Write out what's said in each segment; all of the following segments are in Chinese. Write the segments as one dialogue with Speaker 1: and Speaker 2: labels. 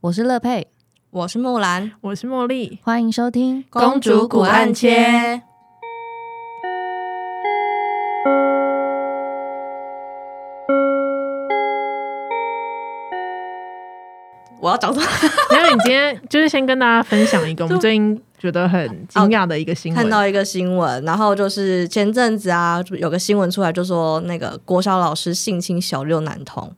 Speaker 1: 我是乐佩，
Speaker 2: 我是木兰，
Speaker 3: 我是茉莉。
Speaker 1: 欢迎收听。
Speaker 3: 公主古暗切。
Speaker 2: 我要找什么？
Speaker 3: 然后你今天就是先跟大家分享一个我们最近觉得很惊讶的一个新闻，
Speaker 2: 看到一个新闻，然后就是前阵子啊，就有个新闻出来，就说那个国小老师性侵小六男童。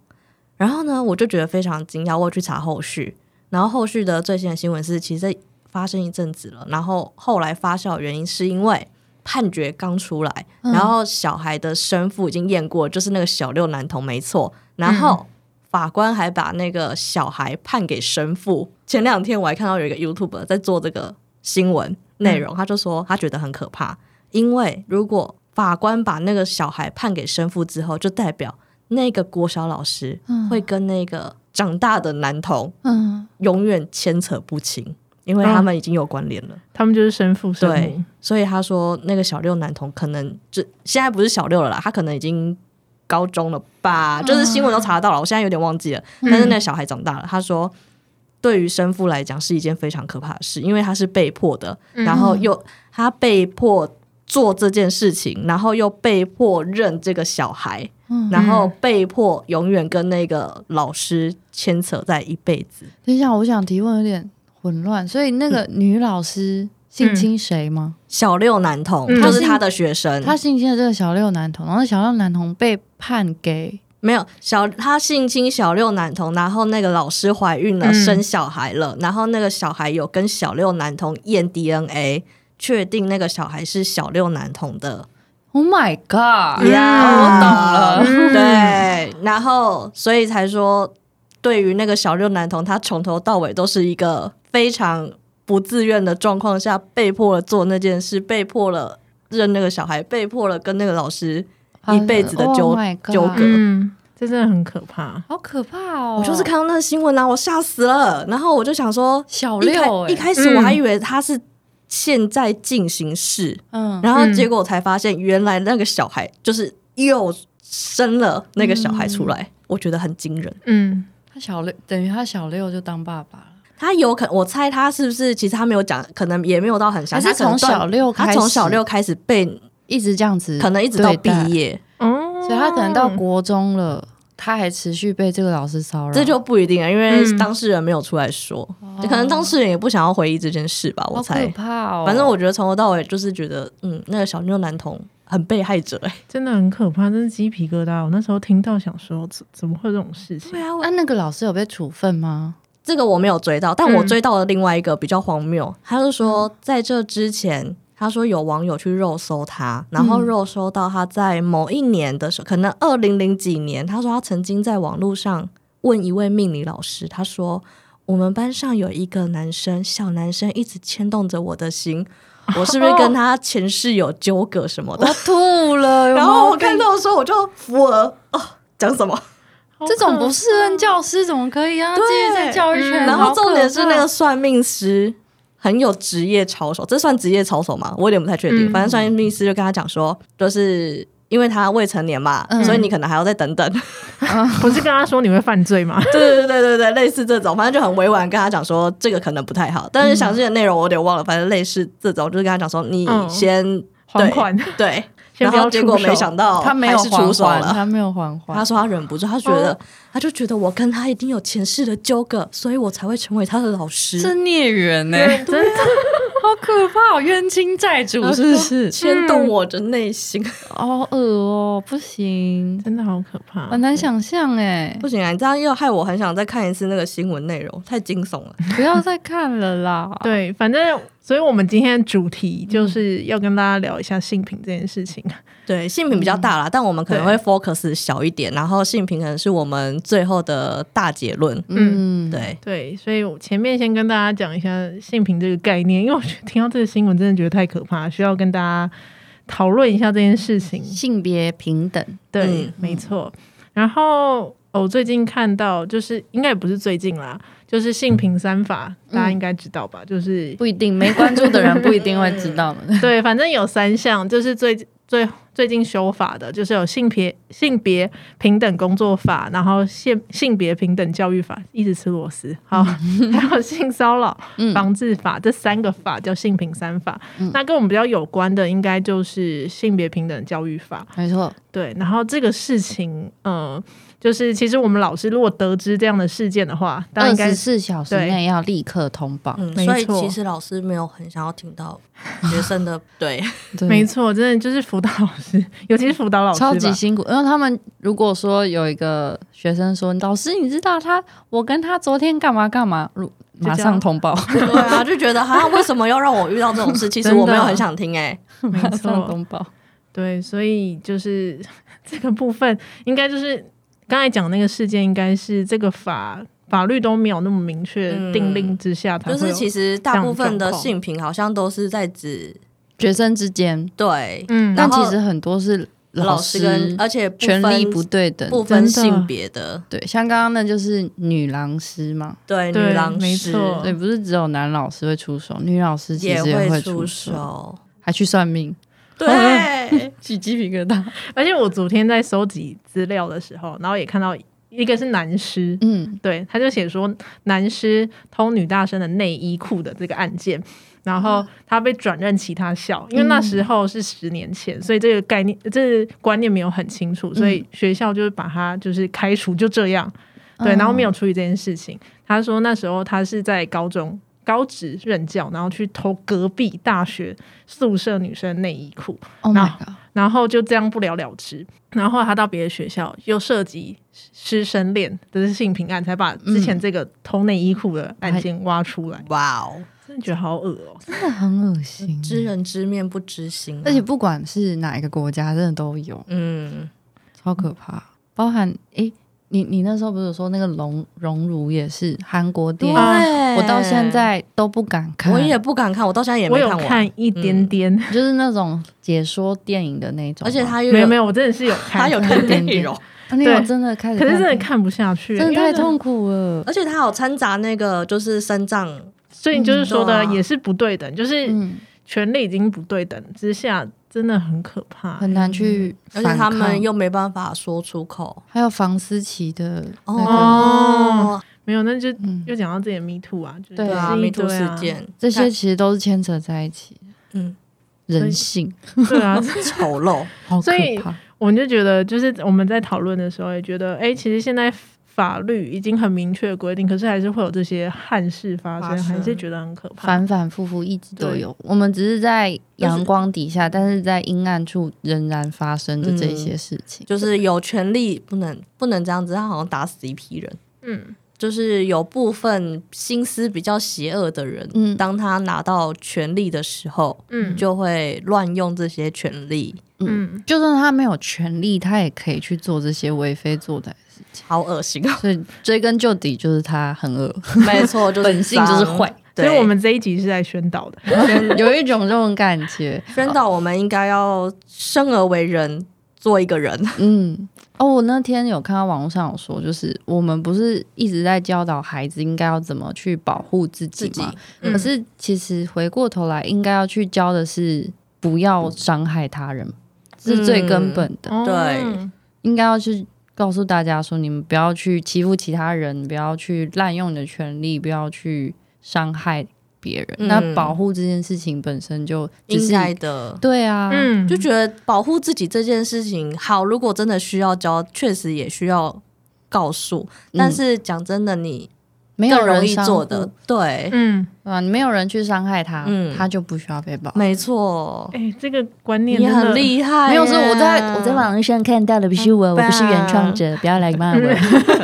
Speaker 2: 然后呢，我就觉得非常惊讶，我有去查后续，然后后续的最新的新闻是，其实发生一阵子了，然后后来发酵的原因是因为判决刚出来，
Speaker 1: 嗯
Speaker 2: 然后小孩的生父已经验过，就是那个小六男童没错，然
Speaker 1: 嗯
Speaker 2: 后。法官还把那个小孩判给生父。前两天我还看到有一个 YouTube 在做这个新闻内
Speaker 1: 嗯
Speaker 2: 容，他就说他觉得很可怕，因为如果法官把那个小孩判给生父之后，就代表那个国小老师
Speaker 1: 嗯
Speaker 2: 会跟那个长大的男童
Speaker 1: 嗯，
Speaker 2: 永远牵扯不清，因为他们已经有关联了。
Speaker 3: 他们就是生父生母
Speaker 2: 对，所以他说那个小六男童可能就现在不是小六了啦，他可能已经高中了吧，就是新闻都查到了，我现在有点忘记了。
Speaker 1: 嗯
Speaker 2: 但是那个小孩长大了，他说对于生父来讲是一件非常可怕的事，因为他是被迫的，然后又他被迫做这件事情，然后又被迫认这个小孩，
Speaker 1: 嗯
Speaker 2: 然后被迫永远跟那个老师牵扯在一辈子。
Speaker 1: 等一下，我想提问有点混乱，所以那个女老师性侵谁吗？
Speaker 2: 小六男童、
Speaker 3: 嗯
Speaker 2: 就是他的学生，
Speaker 1: 她性侵了这个小六男童，然后小六男童被判给
Speaker 2: 没有小，他性侵小六男童，然后那个老师怀孕了，
Speaker 3: 嗯
Speaker 2: 生小孩了，然后那个小孩有跟小六男童验 DNA，确定那个小孩是小六男童的。啊
Speaker 1: Oh my God！
Speaker 2: 嗯
Speaker 1: 我
Speaker 2: 呀
Speaker 1: 懂了。
Speaker 3: 嗯
Speaker 2: 对，然后所以才说，对于那个小六男童，他从头到尾都是一个非常不自愿的状况下，被迫了做那件事，被迫了认那个小孩，被迫了跟那个老师。一辈子的纠
Speaker 1: Oh my God
Speaker 2: 纠葛
Speaker 3: 嗯，这真的很可怕。
Speaker 1: 好可怕哦！
Speaker 2: 我就是看到那个新闻啊，我吓死了。然后我就想说，
Speaker 1: 小
Speaker 2: 一开
Speaker 1: 六、欸，
Speaker 2: 一开始我还
Speaker 3: 嗯
Speaker 2: 以为他是现在进行式，
Speaker 1: 嗯，
Speaker 2: 然后
Speaker 3: 嗯
Speaker 2: 结果我才发现，原来那个小孩就是又生了那个小孩出
Speaker 1: 嗯
Speaker 2: 来，我觉得很惊人。
Speaker 3: 嗯，
Speaker 1: 他小六等于他小六就当爸爸了，
Speaker 2: 他有可，我猜他是不是其实他没有讲，可能也没有到很详
Speaker 1: 还
Speaker 2: 细。
Speaker 1: 是从
Speaker 2: 他可能
Speaker 1: 小
Speaker 2: 断
Speaker 1: 六开
Speaker 2: 他
Speaker 1: 始，
Speaker 2: 从小六开始被，
Speaker 1: 一直这样子，
Speaker 2: 可能一直到毕，业，
Speaker 3: 哦，
Speaker 1: 所以他可能
Speaker 2: 嗯
Speaker 1: 到国中了，他还持续被这个老师骚扰，
Speaker 2: 这就不一定了，因为
Speaker 3: 嗯
Speaker 2: 当事人没有出来说，
Speaker 1: 哦
Speaker 2: 可能当事人也不想要回忆这件事吧。我
Speaker 1: 好
Speaker 2: 猜
Speaker 1: 可，怕哦。
Speaker 2: 反正我觉得从头到尾就是觉得，嗯，那个小妞男童很被害者、欸。
Speaker 3: 真的很可怕，真是鸡皮疙瘩。我那时候听到想说，怎怎么会有这种事情？
Speaker 2: 啊
Speaker 1: 那、那个老师有被处分吗？
Speaker 2: 这个我没有追到，但我
Speaker 3: 嗯
Speaker 2: 追到了另外一个比较荒谬。他就说，在这之前，他说有网友去肉搜他，然后
Speaker 1: 嗯
Speaker 2: 肉搜到他在某一年的时候，可能二零零几年，他说他曾经在网络上问一位命理老师，他说我们班上有一个男生，小男生一直牵动着我的心，我是 不是跟他前世有纠葛什么的？
Speaker 1: 吐了，有
Speaker 2: 然后我
Speaker 1: 毛病
Speaker 2: 看到的时候，我就扶额哦，讲什么？
Speaker 3: 好
Speaker 1: 这种不
Speaker 3: 可
Speaker 1: 是任教师怎么可以让他
Speaker 2: 对
Speaker 1: 继续在教育圈？
Speaker 3: 嗯
Speaker 2: 然后
Speaker 1: 好可
Speaker 2: 重点是
Speaker 1: 怕
Speaker 2: 那个算命师很有职业操守，这算职业操守吗？我有点不太确定。
Speaker 3: 嗯
Speaker 2: 反正算命师就跟他讲说，就是因为他未成年嘛，
Speaker 1: 嗯
Speaker 2: 所以你可能还要再等等。
Speaker 3: 不是跟他说你会犯 罪吗？
Speaker 2: 对对对对对对，类似这种，反正就很委婉跟他讲说这个可能不太好。但
Speaker 1: 嗯
Speaker 2: 是详细的内容我有点忘了，反正类似这种，就是跟他讲说你
Speaker 3: 嗯
Speaker 2: 先、
Speaker 3: 还 款，
Speaker 2: 对，
Speaker 3: 先
Speaker 2: 然
Speaker 3: 不要
Speaker 2: 后结果
Speaker 3: 出手
Speaker 2: 没想到
Speaker 1: 他没有
Speaker 2: 还是出
Speaker 1: 还
Speaker 2: 手
Speaker 1: 还，
Speaker 2: 了。
Speaker 1: 他没有还还，
Speaker 2: 他说他忍不住，他觉得、
Speaker 3: 哦
Speaker 2: 他就觉得我跟他一定有前世的纠葛，所以我才会成为他的老师。
Speaker 1: 是孽缘呢、
Speaker 3: 对，真的
Speaker 1: 好可怕、哦，冤亲债主是不 是？
Speaker 2: 牵动我的内心。
Speaker 1: 好恶哦，不行，
Speaker 3: 真的好可怕，
Speaker 1: 很难想象哎，
Speaker 2: 不行啊，你这样又害我很想再看一次那个新闻内容，太惊悚 了。
Speaker 1: 不要再看了啦。
Speaker 3: 对，反正，所以我们今天的主题就是要跟大家聊一下性平这件事情。
Speaker 2: 对，性平比较大啦，但我们可能会
Speaker 3: 对
Speaker 2: focus 小一点，然后性平可能是我们最后的大结论。
Speaker 1: 嗯，
Speaker 2: 对，
Speaker 3: 对，所以我前面先跟大家讲一下性平这个概念，因为我觉得听到这个新闻真的觉得太可怕，需要跟大家讨论一下这件事情。
Speaker 1: 性别平等，
Speaker 3: 对，
Speaker 2: 嗯
Speaker 3: 没错。然后哦我最近看到，就是应该也不是最近啦，就是性平三法，大家
Speaker 2: 嗯
Speaker 3: 应该知道吧？就 是
Speaker 1: 不一定没关注的人不一定会知道的。
Speaker 3: 对，反正有三项，就是最最最近修法的，就是有性别性别平等工作法，然后性性别平等教育法，一直吃螺丝，好，
Speaker 1: 嗯
Speaker 3: 还有性 骚扰防治法、这三个法叫性平三法。
Speaker 1: 嗯
Speaker 3: 那跟我们比较有关的，应该就是性别平等教育法。
Speaker 1: 没错，
Speaker 3: 对，然后这个事情，嗯、就是其实我们老师如果得知这样的事件的话，当然
Speaker 1: 二
Speaker 3: 应该
Speaker 1: 十四小时
Speaker 3: 对
Speaker 1: 内要立刻通报。
Speaker 2: 嗯，
Speaker 3: 没
Speaker 2: 所以
Speaker 3: 错
Speaker 2: 其实老师没有很想要听到学生 的对，
Speaker 1: 对
Speaker 3: 没错，真的就是辅导老师， 尤其是辅导老师吧，
Speaker 1: 超级辛苦，因为他们如果说有一个学生说：“老师，你知道他，我跟他昨天干嘛干嘛？”如
Speaker 3: 这
Speaker 1: 马
Speaker 3: 样
Speaker 1: 上通报，
Speaker 2: 对啊，就觉得好像为什么要让我遇到这种事？其实
Speaker 3: 真的
Speaker 2: 我没有很想听哎、
Speaker 3: 没
Speaker 1: 马上
Speaker 3: 错，
Speaker 1: 通报。
Speaker 3: 对，所以就是 这个部分，应该就是刚才讲那个事件，应该是这个法法律都没有那么明确
Speaker 2: 嗯
Speaker 3: 定令之下，它
Speaker 2: 就是其
Speaker 3: 实
Speaker 2: 实大部分
Speaker 3: 这样的
Speaker 2: 的
Speaker 3: 状况
Speaker 2: 性平好像都是在指
Speaker 1: 学生之间，
Speaker 2: 对
Speaker 3: 嗯，
Speaker 1: 但
Speaker 2: 然后
Speaker 1: 其实很多是
Speaker 2: 老
Speaker 1: 师
Speaker 2: 师跟，而且不
Speaker 1: 权力
Speaker 3: 呃
Speaker 2: 分
Speaker 1: 不对等。
Speaker 2: 不分
Speaker 3: 真的
Speaker 2: 性别的，
Speaker 1: 对，像刚刚那就是女老师嘛，
Speaker 2: 对女
Speaker 3: 对
Speaker 2: 郎
Speaker 3: 没
Speaker 2: 师
Speaker 3: 错
Speaker 1: 对，不是只有男老师会出手，女老师其实
Speaker 2: 会
Speaker 1: 会
Speaker 2: 出
Speaker 1: 手，
Speaker 2: 手，哦
Speaker 1: 还去算命，
Speaker 2: 对，
Speaker 1: 起鸡皮疙瘩。
Speaker 3: 而且我昨天在收集资料的时候，然后也看到一个是男师，
Speaker 1: 嗯，
Speaker 3: 对，他就写说男师偷女大生的内衣裤的这个案件，然后他被转任其他校，因为那
Speaker 2: 嗯
Speaker 3: 时候是十年前，所以这个概念、这个观念没有很清楚，所
Speaker 2: 嗯
Speaker 3: 以学校就是把他就是开除，就这样。对，然后没有处理这件事情。他说那时候他是在高中高职任教，然后去偷隔壁大学宿舍女生内衣裤，
Speaker 1: Oh
Speaker 3: 那
Speaker 1: my god！
Speaker 3: 然后就这样不了了之。然后他到别的学校又涉及师生恋，这是性平案，才把之前这个偷内衣裤的案件挖出来。
Speaker 2: 哇哦，
Speaker 3: 真的觉得好恶哦、
Speaker 1: 真的很恶心，
Speaker 2: 知人知面不知心啊，
Speaker 1: 而且不管是哪一个国家，真的都有。
Speaker 2: 嗯，
Speaker 1: 超可怕。包含诶，你你那时候不是说那个荣荣辱也是韩国电
Speaker 2: 对，
Speaker 1: 影，我到现在都不敢看。
Speaker 2: 我也不敢看，我到现在也
Speaker 3: 我
Speaker 2: 没
Speaker 3: 有
Speaker 2: 完，
Speaker 3: 看一点点，
Speaker 1: 就是那种解说电影的那种嘛，
Speaker 2: 而且他又
Speaker 3: 没有没有，我真的是有看，
Speaker 2: 他有看内容，
Speaker 1: 啊你有
Speaker 3: 对
Speaker 1: 真的开始，
Speaker 3: 可是真的，看不下去，
Speaker 1: 真的
Speaker 3: 因为
Speaker 1: 太痛苦了。
Speaker 2: 而且他有掺杂那个就是生长，
Speaker 3: 所以你就是说的
Speaker 2: 嗯对啊
Speaker 3: 也是不对等，就是
Speaker 1: 嗯，
Speaker 3: 权力已经不对等之下，真的很可怕。
Speaker 1: 很难去
Speaker 2: 而
Speaker 1: 反
Speaker 2: 且
Speaker 1: 抗。
Speaker 2: 他们又没办法说出口。
Speaker 1: 还有房思琪的那个，
Speaker 2: 哦，
Speaker 3: 没有，那就
Speaker 1: 嗯，
Speaker 3: 又讲到自己的 Me Too 啊，就是
Speaker 1: 对
Speaker 2: 对啊
Speaker 3: 也是一
Speaker 2: ，Me
Speaker 3: 堆
Speaker 2: Too 事
Speaker 3: 啊，
Speaker 2: 件，
Speaker 1: 这些其实都是牵扯在一起。
Speaker 2: 嗯，
Speaker 1: 人性
Speaker 3: 对啊，
Speaker 2: 丑陋，
Speaker 1: 好可
Speaker 3: 所以
Speaker 1: 怕。
Speaker 3: 我们就觉得，就是我们在讨论的时候也觉得，哎、其实现在法律已经很明确的规定，可是还是会有这些憾事发生，
Speaker 2: 发生
Speaker 3: 还是觉得很可怕。
Speaker 1: 反反复复一直都
Speaker 3: 对
Speaker 1: 有，我们只是在
Speaker 2: 就是
Speaker 1: 阳光底下，但是在阴暗处仍然发生着这
Speaker 2: 嗯
Speaker 1: 些事情。
Speaker 2: 就是有权利不能不能这样子，他好像打死一批人。
Speaker 3: 嗯，
Speaker 2: 就是有部分心思比较邪恶的人，
Speaker 1: 嗯
Speaker 2: 当他拿到权力的时候，
Speaker 3: 嗯
Speaker 2: 就会乱用这些权力，
Speaker 3: 嗯，
Speaker 1: 就算他没有权利，他也可以去做这些为非作歹，
Speaker 2: 好恶心啊！
Speaker 1: 所以追根究底就是他很恶，
Speaker 2: 没错， 就是
Speaker 1: 本性就是
Speaker 2: 脏。
Speaker 1: 坏，
Speaker 3: 所
Speaker 2: 对，
Speaker 3: 以我们这一集是在宣导的，
Speaker 1: 有一种这种感觉。
Speaker 2: 宣导我们应该要生而为人，做一个人。
Speaker 1: 嗯，哦，我那天有看到网络上有说，就是我们不是一直在教导孩子应该要怎么去保护自己吗？
Speaker 2: 嗯
Speaker 1: 可是其实回过头来，应该要去教的是不要伤害他人，是最
Speaker 2: 嗯
Speaker 1: 根本的。
Speaker 3: 哦
Speaker 2: 对
Speaker 1: 应该要去告诉大家说，你们不要去欺负其他人，不要去滥用你的权利，不要去伤害别人。
Speaker 2: 嗯
Speaker 1: 那保护这件事情本身就只
Speaker 2: 应
Speaker 1: 是
Speaker 2: 该的。
Speaker 1: 对啊，
Speaker 3: 嗯，
Speaker 2: 就觉得保护自己这件事情好，如果真的需要教，确实也需要告诉。
Speaker 1: 嗯
Speaker 2: 但是讲真的，你
Speaker 1: 没有
Speaker 2: 更容
Speaker 1: 人
Speaker 2: 易
Speaker 1: 伤
Speaker 2: 做
Speaker 1: 害
Speaker 2: 的，对，
Speaker 3: 嗯，
Speaker 1: 啊，你没有人去伤害他，
Speaker 2: 嗯
Speaker 1: 他就不需要被保。
Speaker 2: 没啊错，
Speaker 3: 哎、这个观
Speaker 2: 你
Speaker 3: 念真
Speaker 2: 很
Speaker 3: 的
Speaker 2: 厉害耶。
Speaker 1: 没有说我在我在网络上看到的，不是我，我
Speaker 2: 棒
Speaker 1: 不是原创者，不要来骂我。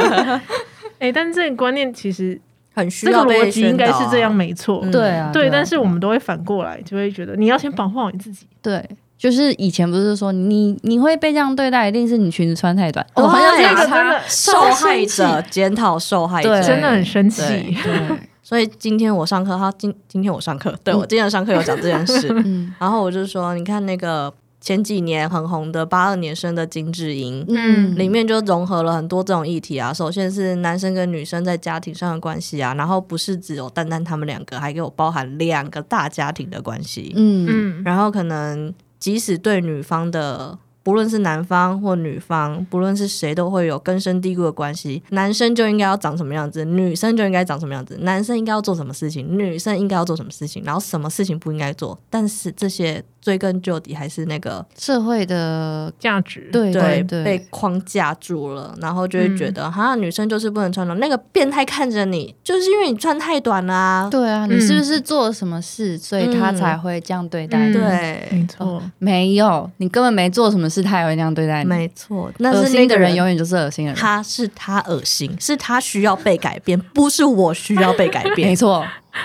Speaker 3: 哎、但是这个观念其实
Speaker 2: 很需
Speaker 3: 这个
Speaker 2: 要
Speaker 3: 逻
Speaker 2: 被
Speaker 3: 辑
Speaker 2: 宣
Speaker 3: 应该
Speaker 2: 导
Speaker 3: 是
Speaker 2: 啊
Speaker 3: 这样，。没错。
Speaker 2: 嗯
Speaker 1: 对 啊，
Speaker 3: 对，
Speaker 1: 啊
Speaker 3: 但是我们都会反过来，就会觉得你要先保护好你自己。
Speaker 1: 对。就是以前不是说你你会被这样对待，一定是你裙子穿太短。哦，
Speaker 2: 哇
Speaker 1: 好像
Speaker 2: 这
Speaker 1: 这
Speaker 2: 个
Speaker 1: 个
Speaker 3: 真的
Speaker 2: 受害者检讨受害者，
Speaker 1: 对
Speaker 3: 真的很生气
Speaker 2: 对。
Speaker 1: 对，
Speaker 2: 所以今天我上课，他今今天我上课，对我今天上课有讲这件事，
Speaker 1: 嗯
Speaker 2: 然后我就说，你看那个前几年很红的八二年生的金智英，
Speaker 1: 嗯，
Speaker 2: 里面就融合了很多这种议题啊。首先是男生跟女生在家庭上的关系啊，然后不是只有单单他们两个，还给我包含两个大家庭的关系。
Speaker 1: 嗯
Speaker 3: 嗯，
Speaker 2: 然后可能即使对女方的，不论是男方或女方，不论是谁，都会有根深蒂固的关系。男生就应该要长什么样子，女生就应该长什么样子，男生应该要做什么事情，女生应该要做什么事情，然后什么事情不应该做。但是这些追根究底还是那个
Speaker 1: 社会的
Speaker 3: 价值，
Speaker 1: 对
Speaker 2: 对
Speaker 1: 对嗯
Speaker 2: 被框架住了，然后就会觉得哈、女生就是不能穿短。那个变态看着你，就是因为你穿太短啦、
Speaker 1: 对啊，你
Speaker 3: 嗯
Speaker 1: 是不是做了什么事，所以他
Speaker 2: 嗯
Speaker 1: 才会这样对待你？
Speaker 3: 嗯
Speaker 2: 对，
Speaker 3: 没错，
Speaker 1: 没有，你根本没做什么事，他也会那样对待你。
Speaker 2: 没错，那
Speaker 1: 恶
Speaker 2: 是
Speaker 1: 心
Speaker 2: 那
Speaker 1: 的
Speaker 2: 个
Speaker 1: 人
Speaker 2: 人
Speaker 1: 永远就是恶心的人，
Speaker 2: 他是他恶心，是他需要被改变，不是我需要被改
Speaker 1: 没
Speaker 2: 变。
Speaker 1: 错，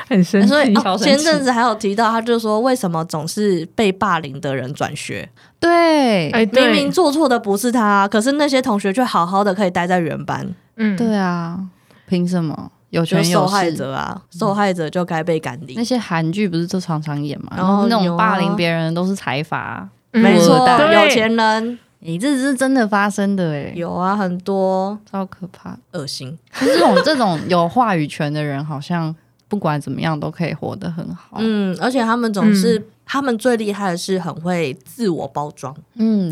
Speaker 3: 很生气
Speaker 2: 所以、。
Speaker 1: 超
Speaker 2: 哦、
Speaker 1: 生气
Speaker 2: 前阵子还有提到，他就说为什么总是被霸凌的人转学？
Speaker 1: 对，
Speaker 3: 哎，
Speaker 2: 明
Speaker 3: 对
Speaker 2: 明做错的不是他，可是那些同学却好好的可以待在原班，
Speaker 3: 嗯，
Speaker 1: 对啊，凭什么有
Speaker 2: 就
Speaker 1: 权有
Speaker 2: 受害
Speaker 1: 势？
Speaker 2: 者啊，受害者就该被赶离
Speaker 1: 那。些韩剧不是都常常演嘛？
Speaker 2: 然后
Speaker 1: 那
Speaker 2: 有
Speaker 1: 种
Speaker 2: 啊
Speaker 1: 霸凌别人的都是财阀，
Speaker 3: 嗯
Speaker 2: 没错，
Speaker 1: 我的
Speaker 2: 有钱人
Speaker 1: 你、这是真的发生的哎、
Speaker 2: 有啊，很多
Speaker 1: 超可怕！
Speaker 2: 恶心。
Speaker 1: 这种这种有话语权的人，好像不管怎么样都可以活得很好。嗯
Speaker 2: 嗯，而且他们总是、他们最厉害的是很会自我包装。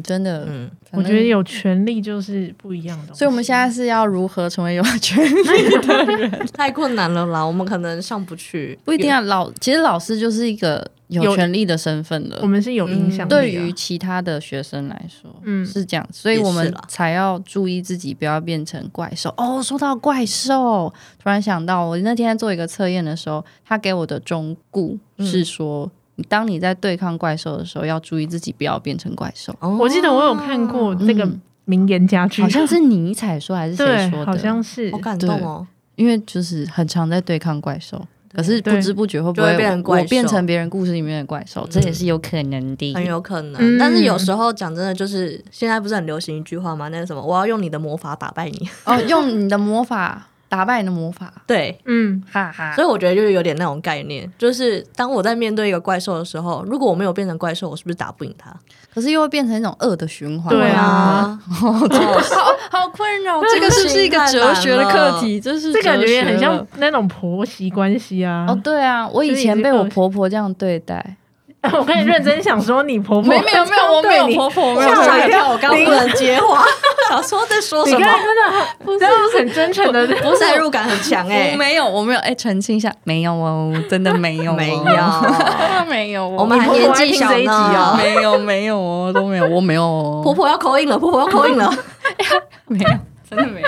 Speaker 1: 真的，
Speaker 2: 嗯，
Speaker 1: 反
Speaker 3: 我
Speaker 1: 正
Speaker 3: 觉得。有权利就是不一样的东西。
Speaker 1: 所以我们现在是要如何成为有权利？
Speaker 2: 太困难了啦，我们可能上不去。
Speaker 1: 不一定啊，老其实老师就是一个有
Speaker 3: 有
Speaker 1: 权利的身份了
Speaker 3: 我。们是有影响力啊
Speaker 1: 嗯对于其他的学生来说，
Speaker 3: 嗯
Speaker 1: 是这样，所以
Speaker 2: 也
Speaker 1: 我
Speaker 2: 是
Speaker 1: 们
Speaker 2: 啦
Speaker 1: 才要注意自己，不要变成怪兽。哦，说到怪兽，突然想到，我那天在做一个测验的时候，他给我的忠告
Speaker 2: 嗯
Speaker 1: 是说，你当你在对抗怪兽的时候，要注意自己不要变成怪兽。
Speaker 2: 哦
Speaker 3: 我记得我有看过这个
Speaker 1: 嗯
Speaker 3: 名言佳句，
Speaker 1: 好像是尼采说还是谁
Speaker 3: 对
Speaker 1: 说，的？
Speaker 3: 好像是
Speaker 2: 好感动哦，
Speaker 1: 因为就是很常在对抗怪兽，可是不
Speaker 3: 对
Speaker 1: 知不觉会不
Speaker 2: 就会
Speaker 1: 会
Speaker 2: 变成怪
Speaker 1: 我变
Speaker 2: 兽
Speaker 1: 成别人故事里面的怪兽，这也是有可能的。
Speaker 2: 很有可能。
Speaker 3: 嗯
Speaker 2: 但是有时候讲真的，就是现在不是很流行一句话吗？那个什么，我要用你的魔法打败你。
Speaker 1: 哦，用你的魔法打败你的魔法，
Speaker 2: 对，
Speaker 3: 嗯，
Speaker 1: 哈哈
Speaker 2: 所。以我觉得就是有点那种概念，就是当我在面对一个怪兽的时候，如果我没有变成怪兽，我是不是打不赢他？
Speaker 1: 可是又会变成一种恶的循环。
Speaker 3: 对
Speaker 2: 啊
Speaker 3: 啊，
Speaker 1: 好好困扰，这个是不是一个哲学的课题？这是
Speaker 3: 这感觉也
Speaker 1: 哲学
Speaker 3: 很
Speaker 1: 了
Speaker 3: 像那种婆媳关系啊。
Speaker 1: 哦，对啊，我以前被我婆婆这样对待，
Speaker 3: 我跟你认真想说，你婆婆
Speaker 1: 哦没没有没有，我没有婆婆， 我没有
Speaker 3: 吓
Speaker 1: 婆婆
Speaker 2: 啊哦
Speaker 3: 我
Speaker 2: 吓
Speaker 3: 一
Speaker 2: 一
Speaker 3: 跳
Speaker 2: 跳，我刚刚不能接话， 想说在说
Speaker 3: 你
Speaker 2: 什
Speaker 3: 刚才
Speaker 2: 么，
Speaker 3: 真的很，不是很真诚的，
Speaker 2: 不代入感很强
Speaker 1: 我
Speaker 2: 哎，
Speaker 1: 没有，我没有，哎，澄清一下，没有哦，真的 没有哦，
Speaker 2: 没有，
Speaker 1: 没有哦，
Speaker 2: 我们还
Speaker 3: 婆
Speaker 2: 年
Speaker 3: 婆爱
Speaker 2: 纪
Speaker 3: 听
Speaker 2: 小
Speaker 3: 这一集
Speaker 2: 呢
Speaker 3: 哦。
Speaker 1: 没有没有哦，都没有，我没有哦，
Speaker 2: 啊婆婆要口音了，婆婆要口 音了。
Speaker 1: 没有，真的没有。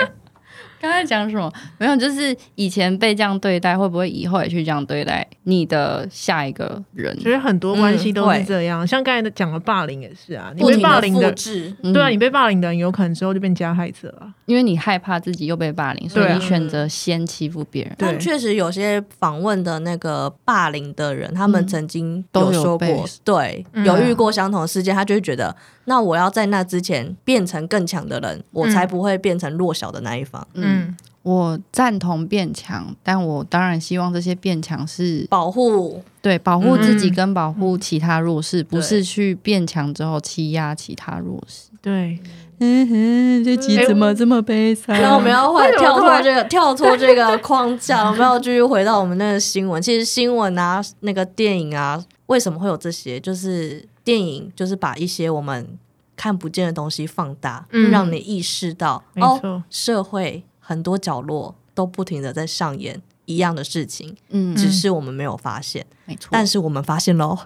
Speaker 1: 刚才讲什么？没有，就是以前被这样对待，会不会以后也去这样对待你的下一个人？
Speaker 3: 其实很多关系都
Speaker 2: 嗯会
Speaker 3: 是这样，像刚才讲的霸凌也是啊，你
Speaker 2: 不
Speaker 3: 被
Speaker 2: 停
Speaker 3: 霸
Speaker 2: 的
Speaker 3: 凌
Speaker 2: 复
Speaker 3: 的，
Speaker 2: 制，
Speaker 1: 嗯
Speaker 3: 对啊，你被霸凌的人有可能之后就变加害者啊。
Speaker 1: 因为你害怕自己又被霸凌，所
Speaker 3: 对
Speaker 1: 以
Speaker 3: 啊
Speaker 1: 你选择先欺负别人。
Speaker 2: 但
Speaker 3: 对
Speaker 2: 确实有些访问的那个霸凌的人，他们
Speaker 1: 嗯
Speaker 2: 曾经
Speaker 1: 都有
Speaker 2: 说
Speaker 1: 被
Speaker 2: 过，对，
Speaker 3: 嗯
Speaker 2: 有遇过相同的事件，他就会觉得，那我要在那之前变成更强的人，我才不会变成弱小的那一方，
Speaker 1: 嗯，，我赞同变强，但我当然希望这些变强是
Speaker 2: 保护
Speaker 1: 对保护自己
Speaker 3: 嗯
Speaker 1: 跟保护其他弱势，不
Speaker 2: 对
Speaker 1: 是去变强之后欺压其他弱势。
Speaker 3: 对，
Speaker 1: 嗯哼，这集
Speaker 3: 怎么
Speaker 1: 这么悲伤
Speaker 2: 那我们要换
Speaker 3: 为什么
Speaker 2: 跳
Speaker 3: 突
Speaker 2: 脱
Speaker 3: 然
Speaker 2: 这个跳脱这个框架，我们要继续回到我们那个新闻。其实新闻啊，那个电影啊，为什么会有这些？就是电影就是把一些我们看不见的东西放大，
Speaker 3: 嗯
Speaker 2: 让你意识到
Speaker 3: 没
Speaker 2: 哦，
Speaker 3: 错，
Speaker 2: 社会很多角落都不停的在上演一样的事情，
Speaker 1: 嗯，
Speaker 2: 只是我们没有发现，
Speaker 1: 没错。
Speaker 2: 但是我们发现喽。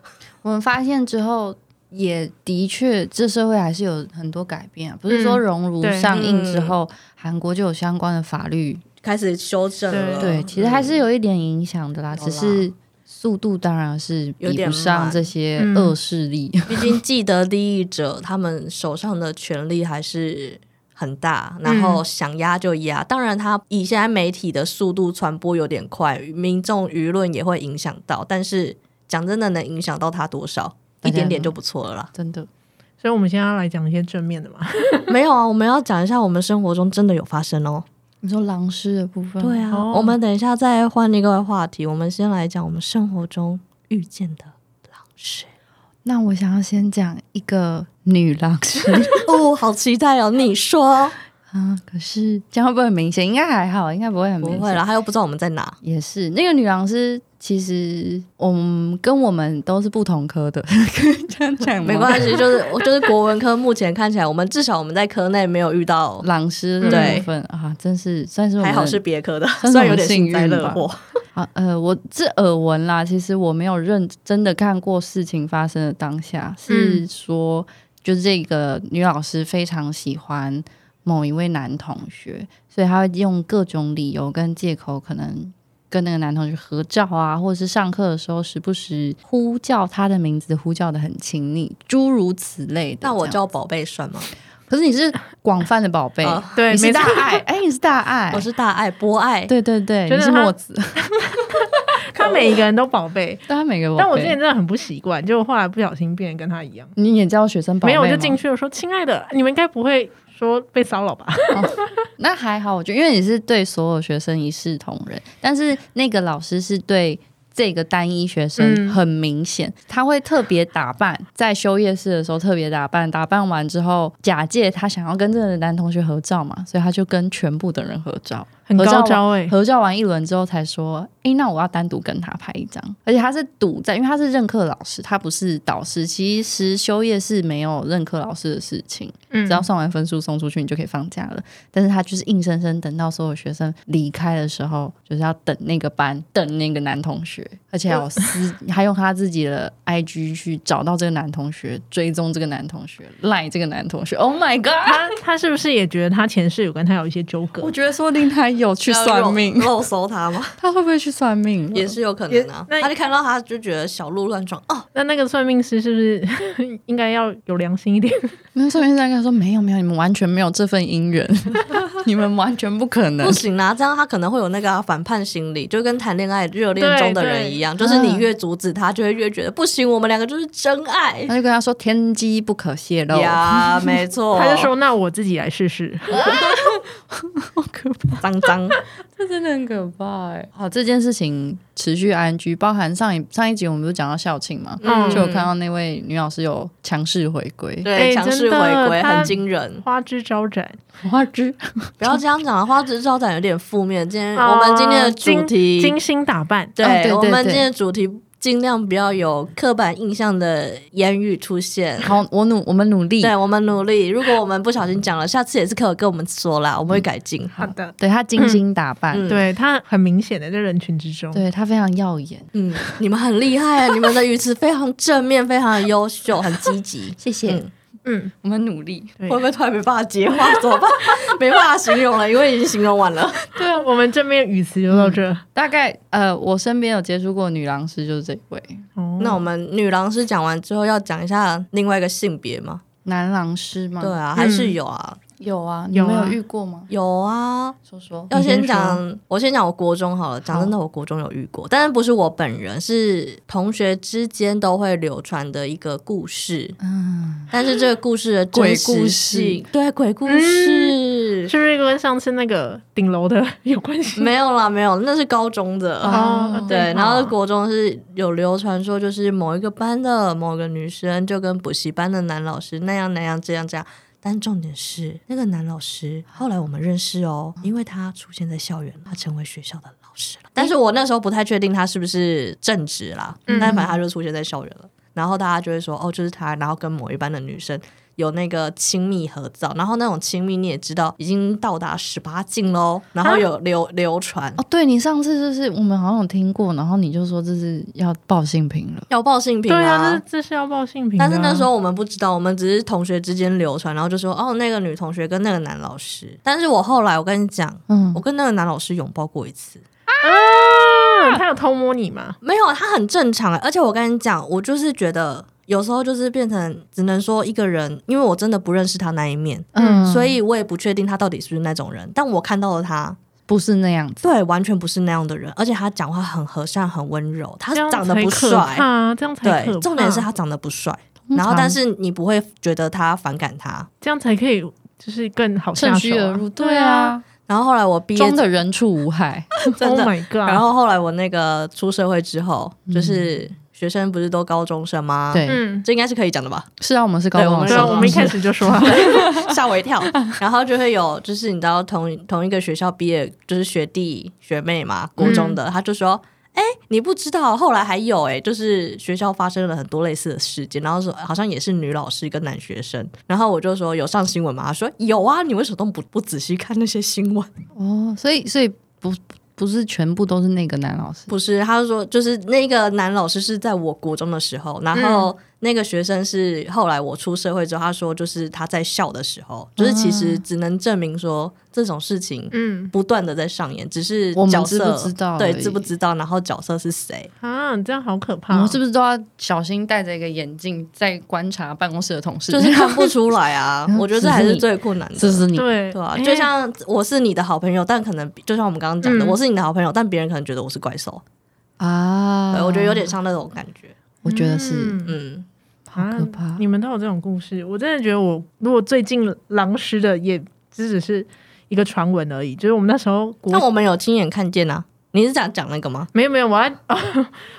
Speaker 1: 我们发现之后，也的确，这社会还是有很多改变啊。不是说《熔炉》
Speaker 3: 对
Speaker 1: 上映之
Speaker 2: 嗯
Speaker 1: 后，韩、国就有相关的法律，
Speaker 2: 开始修正了，
Speaker 1: 对，其实还是有一点影响的啦。
Speaker 2: 嗯有
Speaker 1: 只
Speaker 2: 啦
Speaker 1: 是速度当然是
Speaker 2: 有
Speaker 1: 比
Speaker 2: 点
Speaker 1: 不上
Speaker 2: 慢
Speaker 1: 这些
Speaker 3: 嗯
Speaker 1: 恶势 力。
Speaker 2: 毕竟既得利益者他们手上的权力还是很大，然后想压就压。当然，他以现在媒体的速度传播有点快，民众舆论也会影响到。但是讲真的，能影响到他多少？
Speaker 1: 大
Speaker 2: 一
Speaker 1: 家。
Speaker 2: 点点就不错了啦
Speaker 1: 真的，
Speaker 3: 所以我们现在要来讲一些正面的嘛。
Speaker 2: 没有啊，我们要讲一下我们生活中真的有发生哦。
Speaker 1: 你说狼师的部分，
Speaker 2: 对啊，
Speaker 3: 哦
Speaker 2: 我们等一下再换一个话题，我们先来讲我们生活中遇见的狼师。
Speaker 1: 那我想要先讲一个女狼师。
Speaker 2: 哦，好期待哦！你说
Speaker 1: 啊，可是这样会不会很明显？应该还好，应该不会很明
Speaker 2: 不
Speaker 1: 显。
Speaker 2: 会啦，他又不知道我们在哪。
Speaker 1: 也是，那个女老师其实我们跟我们都是不同科的， 可以这样讲
Speaker 2: 没
Speaker 1: 系。
Speaker 2: 关系，就是 我就是国文科，目前看起来我们至少我们在科内没有遇到，
Speaker 1: 老师的
Speaker 2: 对
Speaker 1: 部分啊，真是算是我们
Speaker 2: 还好是别科的，
Speaker 1: 是
Speaker 2: 虽然有
Speaker 1: 很
Speaker 2: 点
Speaker 1: 幸
Speaker 2: 幸灾
Speaker 1: 运
Speaker 2: 乐
Speaker 1: 吧
Speaker 2: 祸。
Speaker 1: 啊呃，我是耳闻啦，其实我没有认真的看过事情发生的当下，
Speaker 3: 嗯
Speaker 1: 是说、就是这个女老师非常喜欢某一位男同学，所以她会用各种理由跟借口，可能跟那个男同学合照啊，或者是上课的时候时不时呼叫他的名字，呼叫的很亲昵，诸如此类的。
Speaker 2: 那我
Speaker 1: 这样，
Speaker 2: 叫宝贝算吗？
Speaker 1: 可是你是广泛的宝贝，
Speaker 2: 哦
Speaker 3: 对，
Speaker 1: 你是
Speaker 3: 没
Speaker 1: 大
Speaker 3: 错，
Speaker 1: 爱，哎、你是大爱，
Speaker 2: 我是大爱博爱，
Speaker 1: 对对对，
Speaker 3: 觉
Speaker 1: 你
Speaker 3: 得
Speaker 1: 是
Speaker 3: 他
Speaker 1: 墨子，
Speaker 3: 他每一个人都宝贝。
Speaker 1: 但他每个宝贝，
Speaker 3: 但我之前真的很不习惯，就后来不小心变得跟他一样。
Speaker 1: 你也叫学生宝
Speaker 3: 没
Speaker 1: 贝
Speaker 3: 有，我就
Speaker 1: 吗
Speaker 3: 进去我说：“亲爱的，你们该不会说被骚扰吧？”
Speaker 1: 那还好，我觉得因为你是对所有学生一视同仁，但是那个老师是对这个单一学生
Speaker 3: 嗯
Speaker 1: 很明显，他会特别打扮，在休夜市的时候特别打扮，打扮完之后假借他想要跟这个男同学合照嘛，所以他就跟全部的人合照，
Speaker 3: 很
Speaker 1: 合照
Speaker 3: 高
Speaker 1: 完
Speaker 3: 招哎、
Speaker 1: 合照完一轮之后才说，诶，那我要单独跟他拍一张，而且他是赌在，因为他是任课老师，他不是导师，其实休夜是没有任课老师的事情。
Speaker 3: 嗯
Speaker 1: 只要算完分数送出去，你就可以放假了。但是他就是硬生生等到所有学生离开的时候，就是要等那个班，等那个男同学，而且还有私，还用他自己的 IG 去找到这个男同学，追踪这个男同学，赖这个男同学。Oh my god！
Speaker 3: 他他是不是也觉得他前世有跟他有一些纠葛
Speaker 1: 我？觉得说不定他有去
Speaker 2: 要
Speaker 1: 算
Speaker 2: 肉
Speaker 1: 命，
Speaker 2: 肉搜他吗？
Speaker 1: 他会不会去算命？
Speaker 2: 也是有可能啊。
Speaker 3: 也那
Speaker 2: 他就看到他就觉得小鹿乱撞哦，
Speaker 3: 那那个算命师是不是 应该要有良心一点？
Speaker 1: 没有，算命师在跟他说没有没有，你们完全没有这份姻缘， 你们完全不可能
Speaker 2: 不。行啊，这样他可能会有那个啊、反叛心理，就跟谈恋爱热恋中的人一样，
Speaker 1: 对
Speaker 2: 就是你越阻止他，就会越觉得不行，我们两个就是真爱
Speaker 1: 他就跟他说天机不可泄露，
Speaker 2: 呀，没
Speaker 1: 哦
Speaker 2: 错。
Speaker 3: 他就说：“那我自己来试试。
Speaker 2: 脏脏，
Speaker 1: 这真的很可怕哎、好，这件事情持续 ing，包含上一上一集我们不是讲到校庆嘛，
Speaker 3: 嗯
Speaker 1: 就有看到那位女老师有强势回归，
Speaker 2: 嗯对
Speaker 3: 哎
Speaker 2: 强势
Speaker 3: 真的
Speaker 2: 回归
Speaker 3: 他
Speaker 2: 很惊人”。
Speaker 3: 花枝招展，
Speaker 1: 花枝
Speaker 2: 不要这样讲啊，花枝招展有点负面。今天
Speaker 3: 啊
Speaker 2: 我们今天的主题，
Speaker 3: 精心打扮，
Speaker 2: 对
Speaker 1: 哦对对
Speaker 2: 我们
Speaker 1: 对
Speaker 2: 今天的主题尽量不要有刻板印象的言语出现。
Speaker 1: 好，我努我们努力，
Speaker 2: 对我们努力，如果我们不小心讲了，下次也是可以跟我们说啦，我们会改进。
Speaker 3: 好的，
Speaker 1: 对她精心打扮，
Speaker 2: 嗯
Speaker 3: 对他很明显的在人群之中，
Speaker 1: 对她非常耀眼，
Speaker 2: 嗯，你们很厉害，啊你们的语词非常正面，非常的优秀，很积极。
Speaker 1: 谢谢，
Speaker 2: 嗯
Speaker 3: 嗯，
Speaker 1: 我们努力，
Speaker 3: 对
Speaker 2: 会不会突然没办法接话？怎么办？没办法形容了，因为已经形容完了。
Speaker 3: 对啊，我们正面语词就到这。
Speaker 1: 大概呃，我身边有接触过女郎师就是这位，
Speaker 2: 嗯
Speaker 3: 哦，
Speaker 2: 那我们女郎师讲完之后，要讲一下另外一个性别吗？
Speaker 1: 男郎师吗？
Speaker 2: 对，啊，还
Speaker 1: 嗯
Speaker 2: 是有啊，
Speaker 1: 有啊，你
Speaker 3: 有
Speaker 1: 们
Speaker 3: 啊
Speaker 1: 有遇过吗？
Speaker 2: 有啊。
Speaker 1: 说说，
Speaker 2: 要先
Speaker 3: 你先
Speaker 2: 讲，我先讲我国中好了。讲真的，我国中有遇过，但是不是我本人，是同学之间都会流传的一个故事。
Speaker 1: 嗯，
Speaker 2: 但是这个故事的真
Speaker 1: 鬼
Speaker 2: 实
Speaker 1: 故
Speaker 2: 性
Speaker 1: 事，嗯
Speaker 2: 对鬼故事、
Speaker 3: 是不是跟上次那个顶楼的有关系？
Speaker 2: 没有啦，没有，那是高中的。
Speaker 1: 哦
Speaker 2: 嗯对，
Speaker 3: 哦
Speaker 2: 然后国中是有流传说，就是某一个班的某个女生就跟补习班的男老师那样那样这样这样，但重点是那个男老师后来我们认识哦，因为他出现在校园，他成为学校的老师了。但是我那时候不太确定他是不是正职啦，
Speaker 3: 嗯
Speaker 2: 但反正他就出现在校园了。然后大家就会说，哦，就是他，然后跟某一班的女生有那个亲密合照，然后那种亲密你也知道已经到达十八禁喽，然
Speaker 3: 啊
Speaker 2: 后有流流传，
Speaker 1: 哦，对你上次就是我们好像有听过，然后你就说这是要报性平了。
Speaker 2: 要报性平
Speaker 3: 对啊，这这是要报性平的啊。
Speaker 2: 但是那时候我们不知道，我们只是同学之间流传，然后就说哦，那个女同学跟那个男老师。但是我后来我跟你讲，
Speaker 1: 嗯
Speaker 2: 我，跟那个男老师拥抱过一次，
Speaker 3: 啊，他有偷摸你吗？
Speaker 2: 没有，他很正常。欸而且我跟你讲，我就是觉得有时候就是变成只能说一个人，因为我真的不认识他那一面，
Speaker 1: 嗯，
Speaker 2: 所以我也不确定他到底是不是那种人。但我看到了他，
Speaker 1: 不是那样子。
Speaker 2: 对，完全不是那样的人，而且他讲话很和善、很温柔，他
Speaker 3: 这样
Speaker 2: 长得不
Speaker 3: 才可怕
Speaker 2: 帅。
Speaker 3: 啊，这样才可
Speaker 2: 对
Speaker 3: 怕。，
Speaker 2: 重点是他长得不帅，
Speaker 1: 通
Speaker 2: 然后
Speaker 1: 常
Speaker 2: 但是你不会觉得他反感他，
Speaker 3: 这样才可以，就是更好下
Speaker 1: 趁
Speaker 3: 手
Speaker 1: 虚
Speaker 3: 啊、
Speaker 1: 而 入，对啊，
Speaker 2: 然后后来我毕业
Speaker 1: 装的人畜无害。
Speaker 2: 真的
Speaker 3: Oh my Oh god！
Speaker 2: 然后后来我那个出社会之后，就是学生不是都高中生吗？，
Speaker 1: 对，
Speaker 3: 嗯，
Speaker 2: 这应该是可以讲的吧？
Speaker 1: 是啊，我们是高
Speaker 2: 对我
Speaker 1: 中
Speaker 2: 们
Speaker 3: 对
Speaker 1: 生
Speaker 3: 啊，
Speaker 2: 说
Speaker 3: 我
Speaker 2: 到
Speaker 3: 们一
Speaker 2: 是
Speaker 3: 开始就说了，
Speaker 2: 吓我一跳。然后就会有，就是你知道同同一个学校毕业，就是学弟学妹嘛，国中的，他就说。哎、你不知道，后来还有哎、就是学校发生了很多类似的事件，然后说好像也是女老师跟男学生，然后我就说有上新闻吗？他说有啊，你为什么都不不仔细看那些新闻？
Speaker 1: 哦，所以所以不不是全部都是那个男老师，
Speaker 2: 不是，他就说就是那个男老师是在我国中的时候，然
Speaker 1: 嗯
Speaker 2: 后那个学生是后来我出社会之后，他说就是他在校的时候，就是其实
Speaker 1: 嗯
Speaker 2: 只能证明说这种事情
Speaker 3: 嗯
Speaker 2: 不断的在上演，只是
Speaker 1: 我们
Speaker 2: 角
Speaker 1: 知不
Speaker 2: 色
Speaker 1: 知道而
Speaker 2: 对
Speaker 1: 已
Speaker 2: 知不知道，然后角色是谁，
Speaker 3: 啊，这样好可
Speaker 1: 我
Speaker 3: 怕哦，
Speaker 1: 们是不是都要小心戴着一个眼镜在观察办公室的同事？
Speaker 2: 就是看不出来啊
Speaker 1: 嗯。
Speaker 2: 我觉得这还是最困难
Speaker 1: 这
Speaker 2: 的。
Speaker 1: 是哎你
Speaker 3: 对嗯
Speaker 2: 对啊，
Speaker 3: 因为
Speaker 2: 就像我是你的好朋友，但可能就像我们刚刚讲的，
Speaker 3: 嗯
Speaker 2: 我是你的好朋友，但别人可能觉得我是怪兽，
Speaker 1: 啊
Speaker 2: 对我觉得有点，像那种感觉。
Speaker 1: 我觉得是。
Speaker 3: 嗯
Speaker 2: 嗯，
Speaker 1: 好可怕
Speaker 3: 啊你们都有这种故事，我真的觉得我如果最近狼师的也只只是一个传闻而已，就是我们那时候国
Speaker 2: 但我们有亲眼看见啊。你是想讲那个吗？
Speaker 3: 没有没有，我要、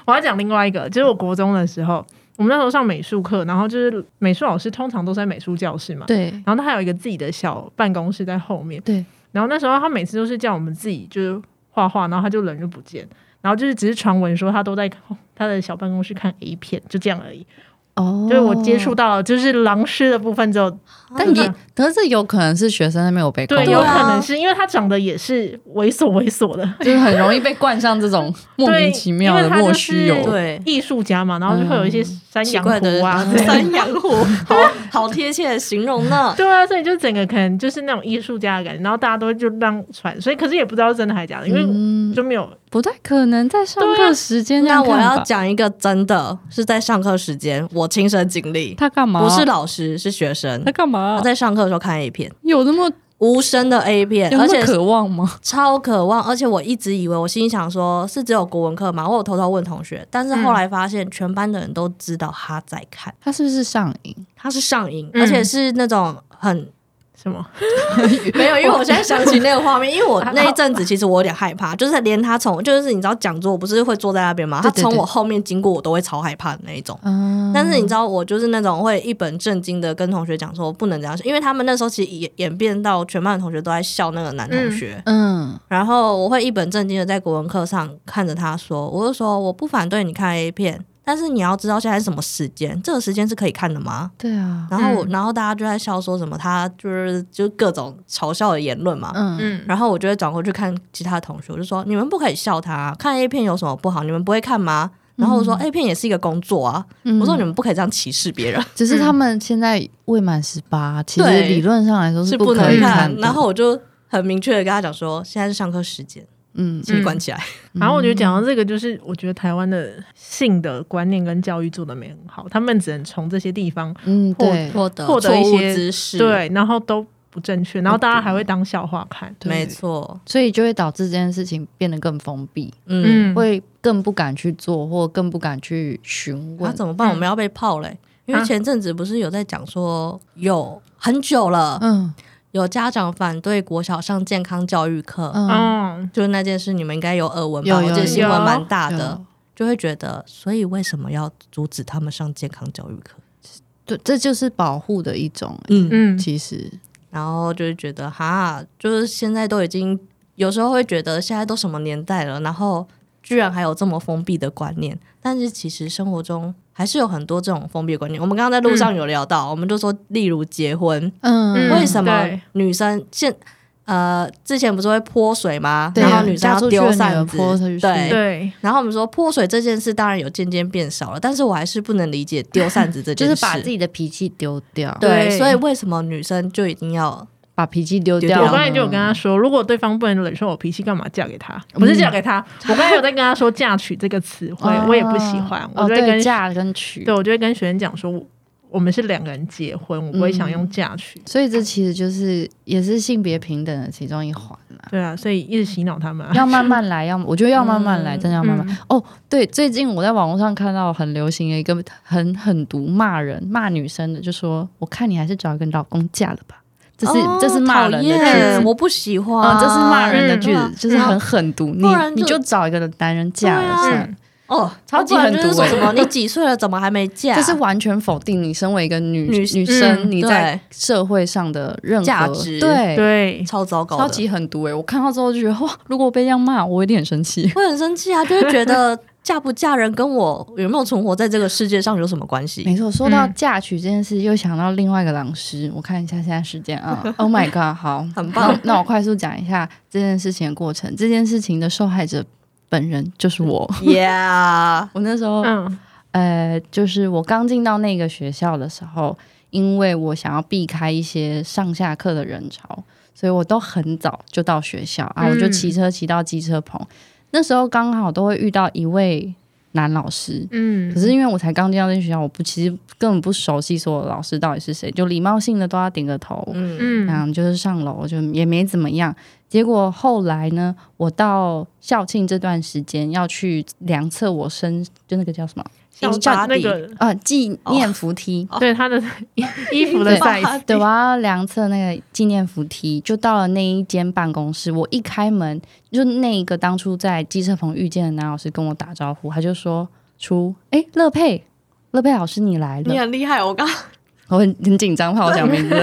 Speaker 3: 我要讲另外一个，就是我国中的时候，我们那时候上美术课，然后就是美术老师通常都在美术教室嘛，
Speaker 1: 对
Speaker 3: 然后他还有一个自己的小办公室在后面，
Speaker 1: 对，
Speaker 3: 然后那时候他每次都是叫我们自己就是画画，然后他就人就不见，然后就是只是传闻说他都在哦他的小办公室看 A 片，就这样而已。
Speaker 1: 哦，
Speaker 3: 就是我接触，到就是狼师的部分之后，
Speaker 1: 但也可是这有可能是学生那边有被控
Speaker 3: 对，
Speaker 1: 制
Speaker 3: 有
Speaker 2: 对啊
Speaker 3: 可能是因为他长得也是猥琐猥琐的，
Speaker 1: 就是很容易被冠上这种莫名其妙
Speaker 3: 因
Speaker 1: 的
Speaker 3: 为他
Speaker 1: 莫
Speaker 3: 就是
Speaker 1: 须有。
Speaker 2: 对，
Speaker 3: 艺术家嘛，然后就会有一些山
Speaker 2: 奇
Speaker 3: 羊
Speaker 2: 怪的
Speaker 3: 湖啊，
Speaker 2: 三羊湖，好好贴切的形容呢。
Speaker 3: 对啊，所以就整个可能就是那种艺术家的感觉，然后大家都就让传，所以可是也不知道是真的还是假的，因为
Speaker 1: 嗯，
Speaker 3: 就没有
Speaker 1: 不太可能在上课时间这
Speaker 2: 那
Speaker 1: 样
Speaker 3: 啊
Speaker 2: 我
Speaker 1: 看
Speaker 2: 要
Speaker 1: 吧
Speaker 2: 讲一个真的，是在上课时间，我亲身经历，
Speaker 1: 他干嘛？
Speaker 2: 不是老师，是学生
Speaker 1: 他。干嘛
Speaker 2: 他？在上课的时候看 A 片，
Speaker 1: 有那么
Speaker 2: 无声的 A 片，
Speaker 1: 有
Speaker 2: 而
Speaker 1: 那么
Speaker 2: 且
Speaker 1: 渴望吗？
Speaker 2: 超渴望，而且我一直以为，我心里想说是只有国文课嘛，我有偷偷问同学，但是后来发现全班的人都知道他在看，
Speaker 1: 他是不是上瘾？
Speaker 2: 他是上瘾，
Speaker 3: 嗯
Speaker 2: 而且是那种很
Speaker 3: 什么，
Speaker 2: 没有，因为我现在想起那个画面，因为我那一阵子其实我有点害怕，就是连他从就是你知道讲座我不是会坐在那边吗？他
Speaker 1: 对对对
Speaker 2: 从我后面经过，我都会超害怕的那一种。
Speaker 1: 嗯，
Speaker 2: 但是你知道，我就是那种会一本正经的跟同学讲说不能这样，因为他们那时候其实演演变到全班的同学都在笑那个男同学，
Speaker 1: 嗯，
Speaker 2: 然后我会一本正经的在国文课上看着他说，我就说我不反对你看 A 片，但是你要知道现在是什么时间，这个时间是可以看的吗？
Speaker 1: 对啊，
Speaker 2: 然后我，
Speaker 3: 嗯
Speaker 2: 然后大家就在笑说什么他就是就各种嘲笑的言论嘛。
Speaker 1: 嗯，
Speaker 3: 嗯，
Speaker 2: 然后我就会转过去看其他的同学，我就说你们不可以笑他、啊，看 A 片有什么不好？你们不会看吗？然后我
Speaker 1: 嗯
Speaker 2: 说、A 片也是一个工作啊，我说你们不可以这样歧视别人，
Speaker 1: 只是他们现在未满十八，其实
Speaker 2: 对
Speaker 1: 理论上来说
Speaker 2: 是
Speaker 1: 不可
Speaker 2: 能
Speaker 1: 以
Speaker 2: 看。
Speaker 1: 的
Speaker 2: 然后我就很明确的跟他讲说，现在是上课时间，
Speaker 1: 嗯，
Speaker 2: 请你关起来。
Speaker 3: 然后我觉得讲到这个，就是我觉得台湾的性的观念跟教育做的没很好，他们只能从这些地方
Speaker 1: 嗯，
Speaker 3: 或
Speaker 1: 对
Speaker 2: 获得
Speaker 3: 获得一
Speaker 2: 错误
Speaker 3: 些
Speaker 2: 知识，，
Speaker 3: 对，然后都不正确，然后大家还会当笑话看，
Speaker 1: 对
Speaker 2: 没错，
Speaker 1: 所以就会导致这件事情变得更封闭，
Speaker 2: 嗯，
Speaker 3: 嗯，
Speaker 1: 会更不敢去做，或更不敢去询
Speaker 2: 那、
Speaker 1: 问。
Speaker 2: 啊怎么办？我
Speaker 1: 嗯
Speaker 2: 们要被泡嘞、因为
Speaker 3: 啊
Speaker 2: 前阵子不是有在讲说有很久了，
Speaker 1: 嗯
Speaker 2: 有家长反对国小上健康教育课，
Speaker 1: 嗯，
Speaker 3: 嗯，
Speaker 2: 就是那件事，你们应该有耳闻
Speaker 1: 有
Speaker 2: 吧？我记
Speaker 1: 有
Speaker 2: 得新闻蛮大
Speaker 1: 有
Speaker 2: 的，就会觉得，所以为什么要阻止他们上健康教育课？
Speaker 1: 对，这就是保护的一种、
Speaker 2: 嗯，
Speaker 3: 嗯，
Speaker 1: 其实，
Speaker 2: 然后就会觉得，哈，就是现在都已经，有时候会觉得现在都什么年代了，然后居然还有这么封闭的观念。但是其实生活中还是有很多这种封闭的观念。我们刚刚在路上有聊到，我们就说，例如结婚，
Speaker 1: 嗯，
Speaker 2: 为什么
Speaker 3: 对
Speaker 2: 女生现呃之前不是会泼水吗？
Speaker 1: 对
Speaker 2: 然后女生
Speaker 1: 嫁
Speaker 2: 要
Speaker 1: 出去
Speaker 2: 丢
Speaker 1: 的女儿
Speaker 2: 扇
Speaker 1: 泼出去
Speaker 2: 子，对。
Speaker 3: 对，
Speaker 2: 然后我们说泼水这件事当然有渐渐变少了，但是我还是不能理解丢扇子这
Speaker 1: 就
Speaker 2: 件
Speaker 1: 是
Speaker 2: 事。
Speaker 1: 把自己的脾气丢掉，
Speaker 2: 对，
Speaker 3: 对
Speaker 2: 所以为什么女生就一定要
Speaker 1: 把脾气丢
Speaker 2: 对
Speaker 1: 掉。
Speaker 2: 啊
Speaker 3: 我刚才就有跟他说，如果对方不能忍受我脾气，干嘛嫁给他？
Speaker 1: 嗯
Speaker 3: 不是嫁给他，我刚才有在跟他说“嫁娶”这个词汇
Speaker 1: 哦，
Speaker 3: 我也不喜欢，我
Speaker 1: 哦，
Speaker 3: 就会
Speaker 1: 对，
Speaker 3: 跟
Speaker 1: 嫁跟娶
Speaker 3: 对，，我就会跟学生讲说，我我们是两个人结婚，我不会想用
Speaker 1: 嗯
Speaker 3: 嫁娶。
Speaker 1: 所以这其实就是也是性别平等的其中一环啦。
Speaker 3: 对啊，所以一直洗脑他们、啊。
Speaker 1: 要慢慢来，要我觉得要慢慢来，真的要慢慢。
Speaker 3: 嗯
Speaker 1: 哦，对，最近我在网络上看到很流行的一个很狠毒骂人骂女生的，就说我看你还是找一个老公嫁了吧，这是、
Speaker 2: 哦
Speaker 1: 这是骂人的
Speaker 2: 讨
Speaker 1: 句
Speaker 2: 厌
Speaker 1: 子。
Speaker 2: 我不喜欢，
Speaker 1: 哦嗯，这是骂人的句子，
Speaker 2: 嗯
Speaker 1: 就是很狠毒。
Speaker 2: 不然
Speaker 1: 你
Speaker 2: 就
Speaker 1: 你就找一个男人嫁了
Speaker 2: 对啊
Speaker 1: 算了
Speaker 3: 嗯，
Speaker 2: 哦，
Speaker 1: 超级
Speaker 2: 不然
Speaker 1: 狠
Speaker 2: 就是
Speaker 1: 毒
Speaker 2: 说
Speaker 1: 欸
Speaker 2: 什么你几岁了，怎么还没嫁？
Speaker 1: 这是完全否定你身为一个女
Speaker 2: 女
Speaker 1: 女生、
Speaker 3: 嗯
Speaker 1: 你在社会上的任何
Speaker 2: 价值
Speaker 1: 对，
Speaker 3: 对，
Speaker 2: 超糟糕的，
Speaker 1: 超级狠毒哎、我看到之后就觉得哇，如果我被这样骂，我一定很生气。
Speaker 2: 会很生气啊，就会觉得 嫁不嫁人跟我有没有存活在这个世界上有什么关系？
Speaker 1: 没错，说到
Speaker 3: 嗯
Speaker 1: 嫁娶这件事，又想到另外一个老师。我看一下现在时间 啊，Oh my god，好，
Speaker 2: 很 棒
Speaker 1: 那。那我快速讲一下这件事情的过程。这件事情的受害者本人就是我。
Speaker 2: Yeah，
Speaker 1: 我那时候
Speaker 3: 嗯
Speaker 1: 呃，就是我刚进到那个学校的时候，因为我想要避开一些上下课的人潮，所以我都很早就到学校啊，我就
Speaker 3: 嗯
Speaker 1: 骑车骑到机车棚。那时候刚好都会遇到一位男老师，
Speaker 3: 嗯，
Speaker 1: 可是因为我才刚进到那学校，我不其实根本不熟悉所有老师到底是谁，就礼貌性的都要点个头，
Speaker 2: 嗯，
Speaker 3: 嗯
Speaker 1: 然后就是上楼，就也没怎么样。结果后来呢，我到校庆这段时间要去量测我身，就那个叫什么？
Speaker 3: 像
Speaker 2: 英巴
Speaker 3: 那
Speaker 2: 蒂
Speaker 3: 个
Speaker 1: 呃纪念服梯，
Speaker 3: 对他的 衣服的
Speaker 1: 对
Speaker 3: size，
Speaker 1: 对，我要量测那个纪念服梯，就到了那一间办公室。我一开门，就那一个当初在机车棚遇见的男老师跟我打招呼，他就说出：“哎，乐佩，乐佩老师你来了。
Speaker 2: 你很厉害，我刚
Speaker 1: 我很很紧张，怕我讲 名字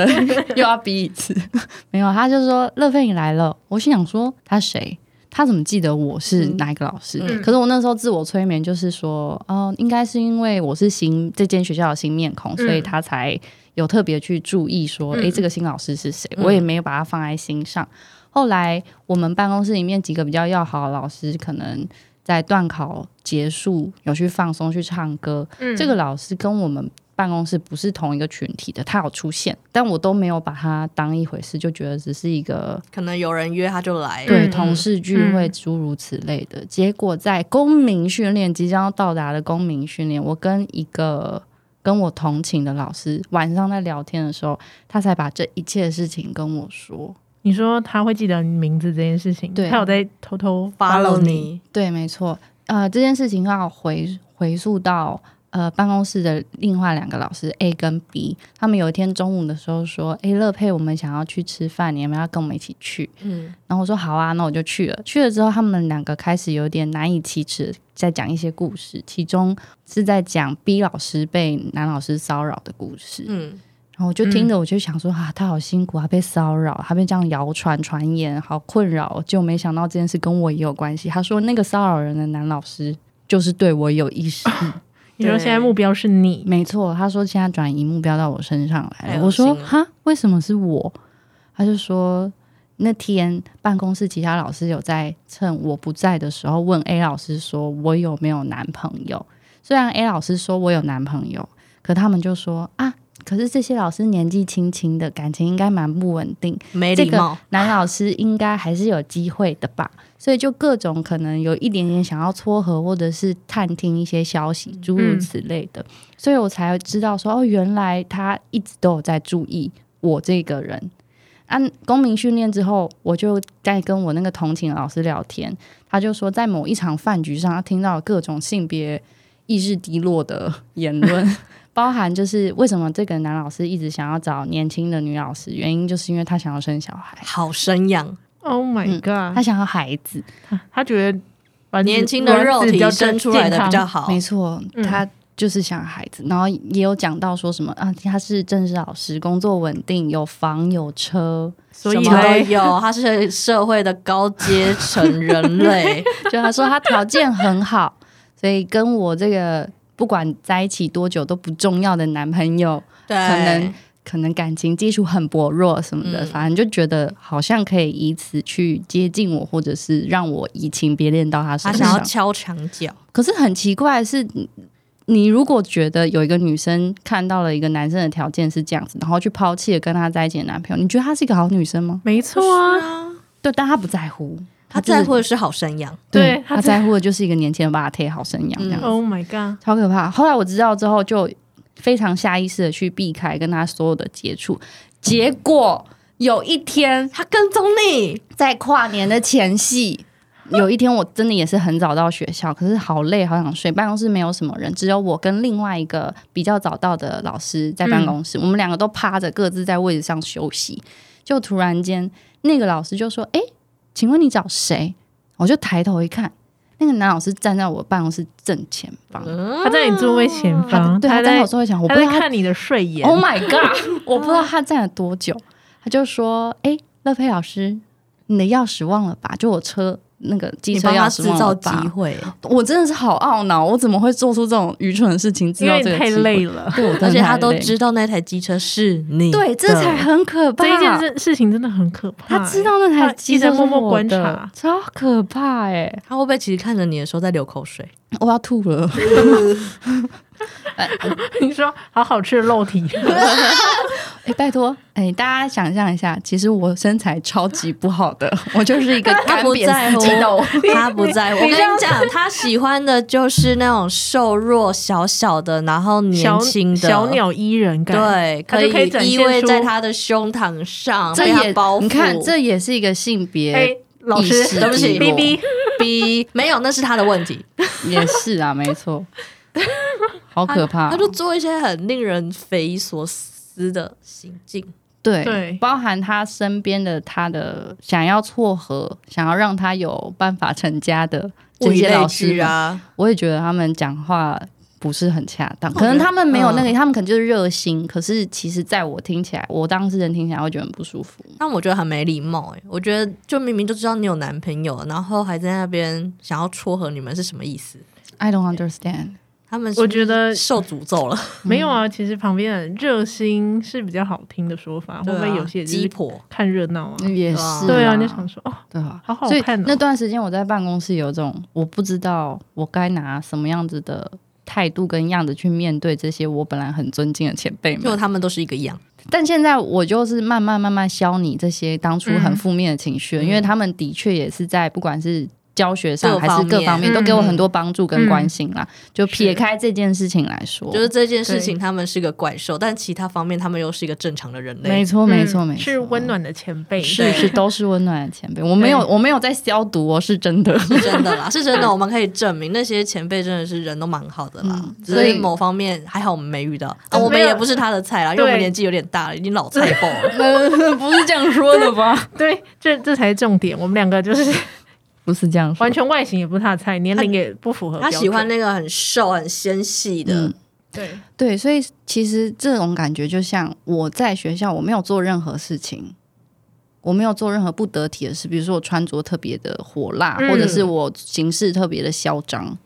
Speaker 1: 又要逼一次。 没有，他就说：“乐佩你来了。”我心想说：“他谁？他怎么记得我是哪一个老师？”
Speaker 3: 嗯
Speaker 1: 可是我那时候自我催眠，就是说：“哦、应该是因为我是新这间学校的新面孔，所以他才有特别去注意说，
Speaker 3: 嗯
Speaker 1: 诶、这个新老师是谁？”我也没有把他放在心上。后来我们办公室里面几个比较要好的老师，可能在段考结束有去放松、去唱歌，
Speaker 3: 嗯
Speaker 1: 这个老师跟我们办公室不是同一个群体的，他有出现，但我都没有把他当一回事，就觉得只是一个
Speaker 2: 可能有人约他就来，
Speaker 1: 对
Speaker 3: 嗯
Speaker 1: 同事聚会
Speaker 3: 嗯
Speaker 1: 诸如此类的。结果在公民训练即将要到达的公民训练，我跟一个跟我同寝的老师晚上在聊天的时候，他才把这一切的事情跟我说。
Speaker 3: 你说他会记得你名字这件事情，
Speaker 1: 对
Speaker 3: 他有在偷偷
Speaker 2: follow
Speaker 3: 你，
Speaker 2: 你，
Speaker 1: 对，没错。呃，这件事情要回回溯到呃办公室的另外两个老师 A 跟 B，他们有一天中午的时候说：“哎，乐佩，我们想要去吃饭，你要不要跟我们一起去
Speaker 2: 嗯，？”
Speaker 1: 然后我说：“好啊。”那我就去了。去了之后，他们两个开始有点难以启齿，在讲一些故事，其中是在讲 B 老师被男老师骚扰的故事。
Speaker 2: 嗯，
Speaker 1: 然后我就听着，我就想说、啊，他好辛苦，他被骚扰，他被这样谣传传言，好困扰。哦就没想到这件事跟我也有关系。他说那个骚扰人的男老师就是对我有意识，
Speaker 3: 你说
Speaker 2: 对
Speaker 3: 现在目标是你，
Speaker 1: 没错。他说现在转移目标到我身上来
Speaker 2: 太
Speaker 1: 了。
Speaker 2: 哎恶
Speaker 1: 我
Speaker 2: 心
Speaker 1: 说
Speaker 2: 了
Speaker 1: 哈，为什么是我？他就说那天办公室其他老师有在趁我不在的时候问 A 老师说我有没有男朋友。虽然 A 老师说我有男朋友，可他们就说啊，可是这些老师年纪轻轻的，感情应该蛮不稳定，
Speaker 2: 没
Speaker 1: 这
Speaker 2: 礼
Speaker 1: 个
Speaker 2: 貌，
Speaker 1: 男老师应该还是有机会的吧？所以就各种可能有一点点想要撮合，或者是探听一些消息，诸如此类的，所以我才知道说哦，原来他一直都有在注意我这个人。按公民训练之后，我就在跟我那个同寝老师聊天，他就说在某一场饭局上，他听到各种性别意识低落的言论，包含就是为什么这个男老师一直想要找年轻的女老师，原因就是因为他想要生小孩，
Speaker 2: 好生养，
Speaker 3: ，Oh my
Speaker 1: 嗯
Speaker 2: 啊
Speaker 3: god，
Speaker 1: 他想要孩子，
Speaker 3: 他觉得卵子
Speaker 2: 年轻的肉体
Speaker 3: 呃卵子
Speaker 2: 生出来的比
Speaker 3: 健
Speaker 2: 较
Speaker 3: 康
Speaker 2: 好，
Speaker 1: 没错，
Speaker 3: 嗯
Speaker 1: 他就是想要孩子，然后也有讲到说什么啊，他是正式老师，工作稳定，有房有车，
Speaker 3: 所以
Speaker 2: 什么都
Speaker 3: 嘞
Speaker 2: 有，他是社会的高阶层人类，
Speaker 1: 就他说他条件很好， 所以跟我这个不管在一起多久都不重要的男朋友，
Speaker 2: 对，
Speaker 1: 可能可能感情基础很薄弱什么的，
Speaker 2: 嗯
Speaker 1: 反正就觉得好像可以以此去接近我，或者是让我移情别恋到他
Speaker 2: 他
Speaker 1: 身
Speaker 2: 想要
Speaker 1: 上。
Speaker 2: 敲墙角，
Speaker 1: 可是很奇怪的是，你你如果觉得有一个女生看到了一个男生的条件是这样子，然后去抛弃了跟他在一起的男朋友，你觉得她是一个好女生吗？
Speaker 3: 没错啊，
Speaker 1: 对，但她不在乎，
Speaker 2: 他
Speaker 1: 就是
Speaker 2: 在乎的是好生养，
Speaker 3: 对她
Speaker 1: 她在乎的就是嗯一个年轻人把她贴好生养这样
Speaker 2: 啊
Speaker 1: 子。
Speaker 3: ，Oh my god，
Speaker 1: 超可怕。后来我知道之后，就非常下意识的去避开跟他所有的接触。结果有一天，
Speaker 2: 他跟踪你，
Speaker 1: 在跨年的前夕，有一天我真的也是很早到学校，可是好累，好想睡。办公室没有什么人，只有我跟另外一个比较早到的老师在办公
Speaker 3: 嗯
Speaker 1: 室，我们两个都趴着各自在位置上休息。就突然间，那个老师就说：“哎、请问你找谁？”我就抬头一看，那个男老师站在我办公室正前方，
Speaker 3: 他在你座位前
Speaker 2: 啊
Speaker 3: 方，
Speaker 1: 对，他
Speaker 3: 嗯他
Speaker 1: 在
Speaker 3: 在
Speaker 1: 我座位前，我不
Speaker 3: 他
Speaker 1: 知
Speaker 3: 在
Speaker 1: 道他
Speaker 3: 看你的睡眼。
Speaker 2: 哦
Speaker 1: ，Oh my god，我不知道他站了多久，他就说：“哎，乐佩老师，你的钥匙忘了吧？就我车那个机
Speaker 2: 你
Speaker 1: 车
Speaker 2: 帮
Speaker 1: 钥
Speaker 2: 他
Speaker 1: 匙
Speaker 2: 制
Speaker 1: 忘
Speaker 2: 造
Speaker 1: 了
Speaker 2: 机
Speaker 1: 吧？”
Speaker 2: 会，
Speaker 1: 我真的是好懊恼，我怎么会做出这种愚蠢的事情？制
Speaker 3: 因
Speaker 1: 造
Speaker 3: 为
Speaker 1: 这个
Speaker 3: 你太
Speaker 1: 机会
Speaker 3: 累，了，
Speaker 1: 对我真的
Speaker 2: 而且他
Speaker 1: 太
Speaker 2: 都
Speaker 1: 累
Speaker 2: 知道那台机车是你的，
Speaker 1: 对，这才很可怕。
Speaker 3: 这一件事事情真的很可怕。
Speaker 1: 他知道那
Speaker 3: 他
Speaker 1: 台
Speaker 3: 一
Speaker 1: 机
Speaker 3: 直
Speaker 1: 车是
Speaker 3: 默默
Speaker 1: 我
Speaker 3: 观
Speaker 1: 的
Speaker 3: 察
Speaker 1: 超可怕哎、
Speaker 2: 他会不会其实看着你的时候在流口水？
Speaker 1: 我要吐 了。
Speaker 3: 欸，你说好好吃的 肉体，
Speaker 1: 哎、拜托，哎、大家想象一下，其实我身材超级不好的，我就是一个
Speaker 2: 他
Speaker 1: 干
Speaker 2: 不在
Speaker 1: 瘪
Speaker 2: 乎
Speaker 1: 四肌肉。
Speaker 2: 他不在乎。我跟你讲，他喜欢的就是那种瘦弱、小小的，然后年
Speaker 3: 小
Speaker 2: 轻的
Speaker 3: 小。鸟依人感。
Speaker 2: 对，
Speaker 3: 他
Speaker 2: 可
Speaker 3: 就
Speaker 2: 以
Speaker 3: 可以展现
Speaker 2: 依偎
Speaker 3: 出
Speaker 2: 在他的胸膛上，
Speaker 1: 这
Speaker 2: 啊被他
Speaker 1: 也
Speaker 2: 包覆。
Speaker 1: 你看，这也是一个性别、
Speaker 3: 哎、老
Speaker 1: 意
Speaker 3: 师，
Speaker 1: 识
Speaker 2: 对不起
Speaker 3: ，B B，
Speaker 2: 逼 没有，那是他的问题。
Speaker 1: 也是啊，没错， 好可怕、哦
Speaker 2: 他就做一些很令人匪夷所思的行径。
Speaker 1: 对，
Speaker 3: 对
Speaker 1: 包含他身边的他的想要撮合，想要让他有办法成家的这些老师们，
Speaker 2: 啊，
Speaker 1: 我也觉得他们讲话不是很恰当，可
Speaker 2: 哦
Speaker 1: 能他们没有
Speaker 2: 嗯
Speaker 1: 那个，他们可能就是热心，可是其实在我听起来，我当事人听起来会觉得很不舒服。
Speaker 2: 但我觉得很没礼貌、欸。我觉得就明明就知道你有男朋友，然后还在那边想要撮合你们，是什么意思？
Speaker 1: I don't understand。
Speaker 2: 他们是
Speaker 3: 我觉得
Speaker 2: 受诅咒了，
Speaker 3: 没有啊。其实旁边的热心是比较好听的说法，会不
Speaker 2: 对
Speaker 3: 会
Speaker 2: 啊
Speaker 3: 有些人就
Speaker 2: 鸡
Speaker 3: 是
Speaker 2: 婆？
Speaker 3: 看热闹啊？
Speaker 1: 也
Speaker 2: 是啊
Speaker 3: 对啊，你就想说哦，
Speaker 1: 对啊，
Speaker 3: 好好
Speaker 1: 所以
Speaker 3: 看哦
Speaker 1: 那段时间我在办公室有种我不知道我该拿什么样子的态度跟样子去面对这些我本来很尊敬的前辈们
Speaker 2: 就。他们都是一个样。
Speaker 1: 但现在我就是慢慢慢慢消弭这些当初很
Speaker 3: 嗯
Speaker 1: 负面的情绪了，
Speaker 2: 嗯
Speaker 1: 因为他们的确也是在不管是教学上
Speaker 2: 各
Speaker 1: 还
Speaker 2: 方
Speaker 1: 是各方面
Speaker 3: 面
Speaker 1: 都
Speaker 3: 嗯
Speaker 1: 给我很
Speaker 2: 嗯
Speaker 1: 多帮助跟关心啦。就撇
Speaker 3: 是
Speaker 1: 开这件事情来说，
Speaker 2: 就是这件事情，他们是个怪兽，但其他方面他们又是一个正常的人类。
Speaker 1: 没错哦没错
Speaker 3: 嗯
Speaker 1: 没错，
Speaker 3: 是温，暖的前辈，
Speaker 1: 是是都是温暖的前辈。我没
Speaker 3: 对
Speaker 1: 有我没有在消毒哦，是真的。
Speaker 2: 是真的啦，是真的，我们可以证明那些前辈真的是人都蛮好的啦。
Speaker 1: 嗯
Speaker 2: 只
Speaker 1: 所
Speaker 2: 是
Speaker 1: 以呃
Speaker 2: 某方面还好我们没遇到，啊，
Speaker 3: 嗯
Speaker 2: 我们
Speaker 3: 没有
Speaker 2: 也不是他的菜啦，因为我们
Speaker 3: 对
Speaker 2: 年纪有点大了，已经老菜爆了。
Speaker 1: 不是这样说的吧？
Speaker 3: 对， 这这才是重点。我们两个就是
Speaker 1: 不是这样说
Speaker 3: 完。全外形也不是他的菜，年龄也不符合
Speaker 2: 他
Speaker 3: 标准。
Speaker 2: 喜欢那个很瘦、很纤细的
Speaker 1: 嗯，，
Speaker 3: 对，
Speaker 1: 对，所以其实这种感觉就像我在学校，我没有做任何事情，我没有做任何不得体的事，比如说我穿着特别的火辣，
Speaker 3: 嗯
Speaker 1: 或者是我行事特别的嚣张，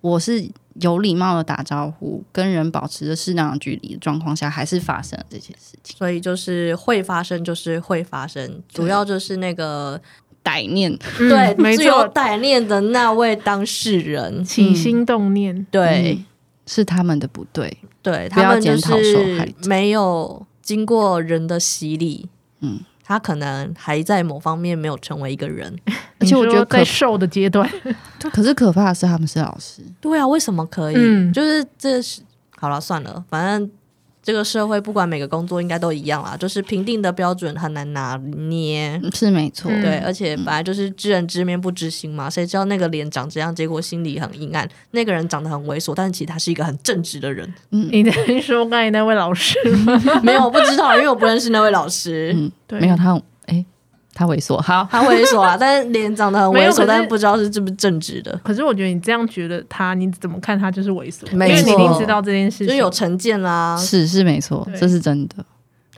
Speaker 1: 我是有礼貌的打招呼，跟人保持着适当的距离的状况下，还是发生了这些事情，
Speaker 2: 所以就是会发生，就是会发生。主要就是那个
Speaker 1: 歹念。
Speaker 3: 嗯
Speaker 2: 对
Speaker 3: 没
Speaker 2: 自由
Speaker 3: 错，
Speaker 2: 歹念的那位当事人，
Speaker 3: 起心动念，
Speaker 2: 对
Speaker 1: 嗯是他们的不对，
Speaker 2: 对，
Speaker 1: 不要
Speaker 2: 他们就
Speaker 1: 检讨受害
Speaker 2: 是
Speaker 1: 者
Speaker 2: 没有经过人的洗礼，
Speaker 1: 嗯，
Speaker 2: 他可能还在某方面没有成为一个人。
Speaker 1: 而且我觉得
Speaker 3: 你说
Speaker 1: 可
Speaker 3: 在瘦的阶段，
Speaker 1: 可是可怕的是他们是老师，
Speaker 2: 对啊，为什么可以？
Speaker 3: 嗯
Speaker 2: 就是这是好了，算了，反正这个社会不管每个工作应该都一样啦，就是评定的标准很难拿捏。
Speaker 1: 是没错。
Speaker 3: 嗯
Speaker 2: 对，而且本来就是知人知面不知心嘛，谁知道那个脸长这样，结果心里很阴暗；那个人长得很猥琐，但是其实他是一个很正直的 人。
Speaker 1: 嗯
Speaker 3: 你在说刚才那位 老师吗？
Speaker 2: 没有，我不知道，因为我不认识那位老师，
Speaker 1: 嗯，
Speaker 3: 对
Speaker 1: 没有他，哎、他猥琐。好，
Speaker 2: 他猥琐啊，但是脸长得很
Speaker 3: 没
Speaker 2: 猥
Speaker 3: 有可
Speaker 2: 琐，
Speaker 3: 是
Speaker 2: 但是不知道是是不是正直的，
Speaker 3: 可是我觉得你这样觉得他，你怎么看他就是猥琐，因
Speaker 2: 没
Speaker 3: 为你一定
Speaker 2: 错
Speaker 3: 知道这件事
Speaker 2: 就是
Speaker 3: 情。
Speaker 2: 有成见啦。
Speaker 1: 是是没错，
Speaker 3: 对
Speaker 1: 这是真的。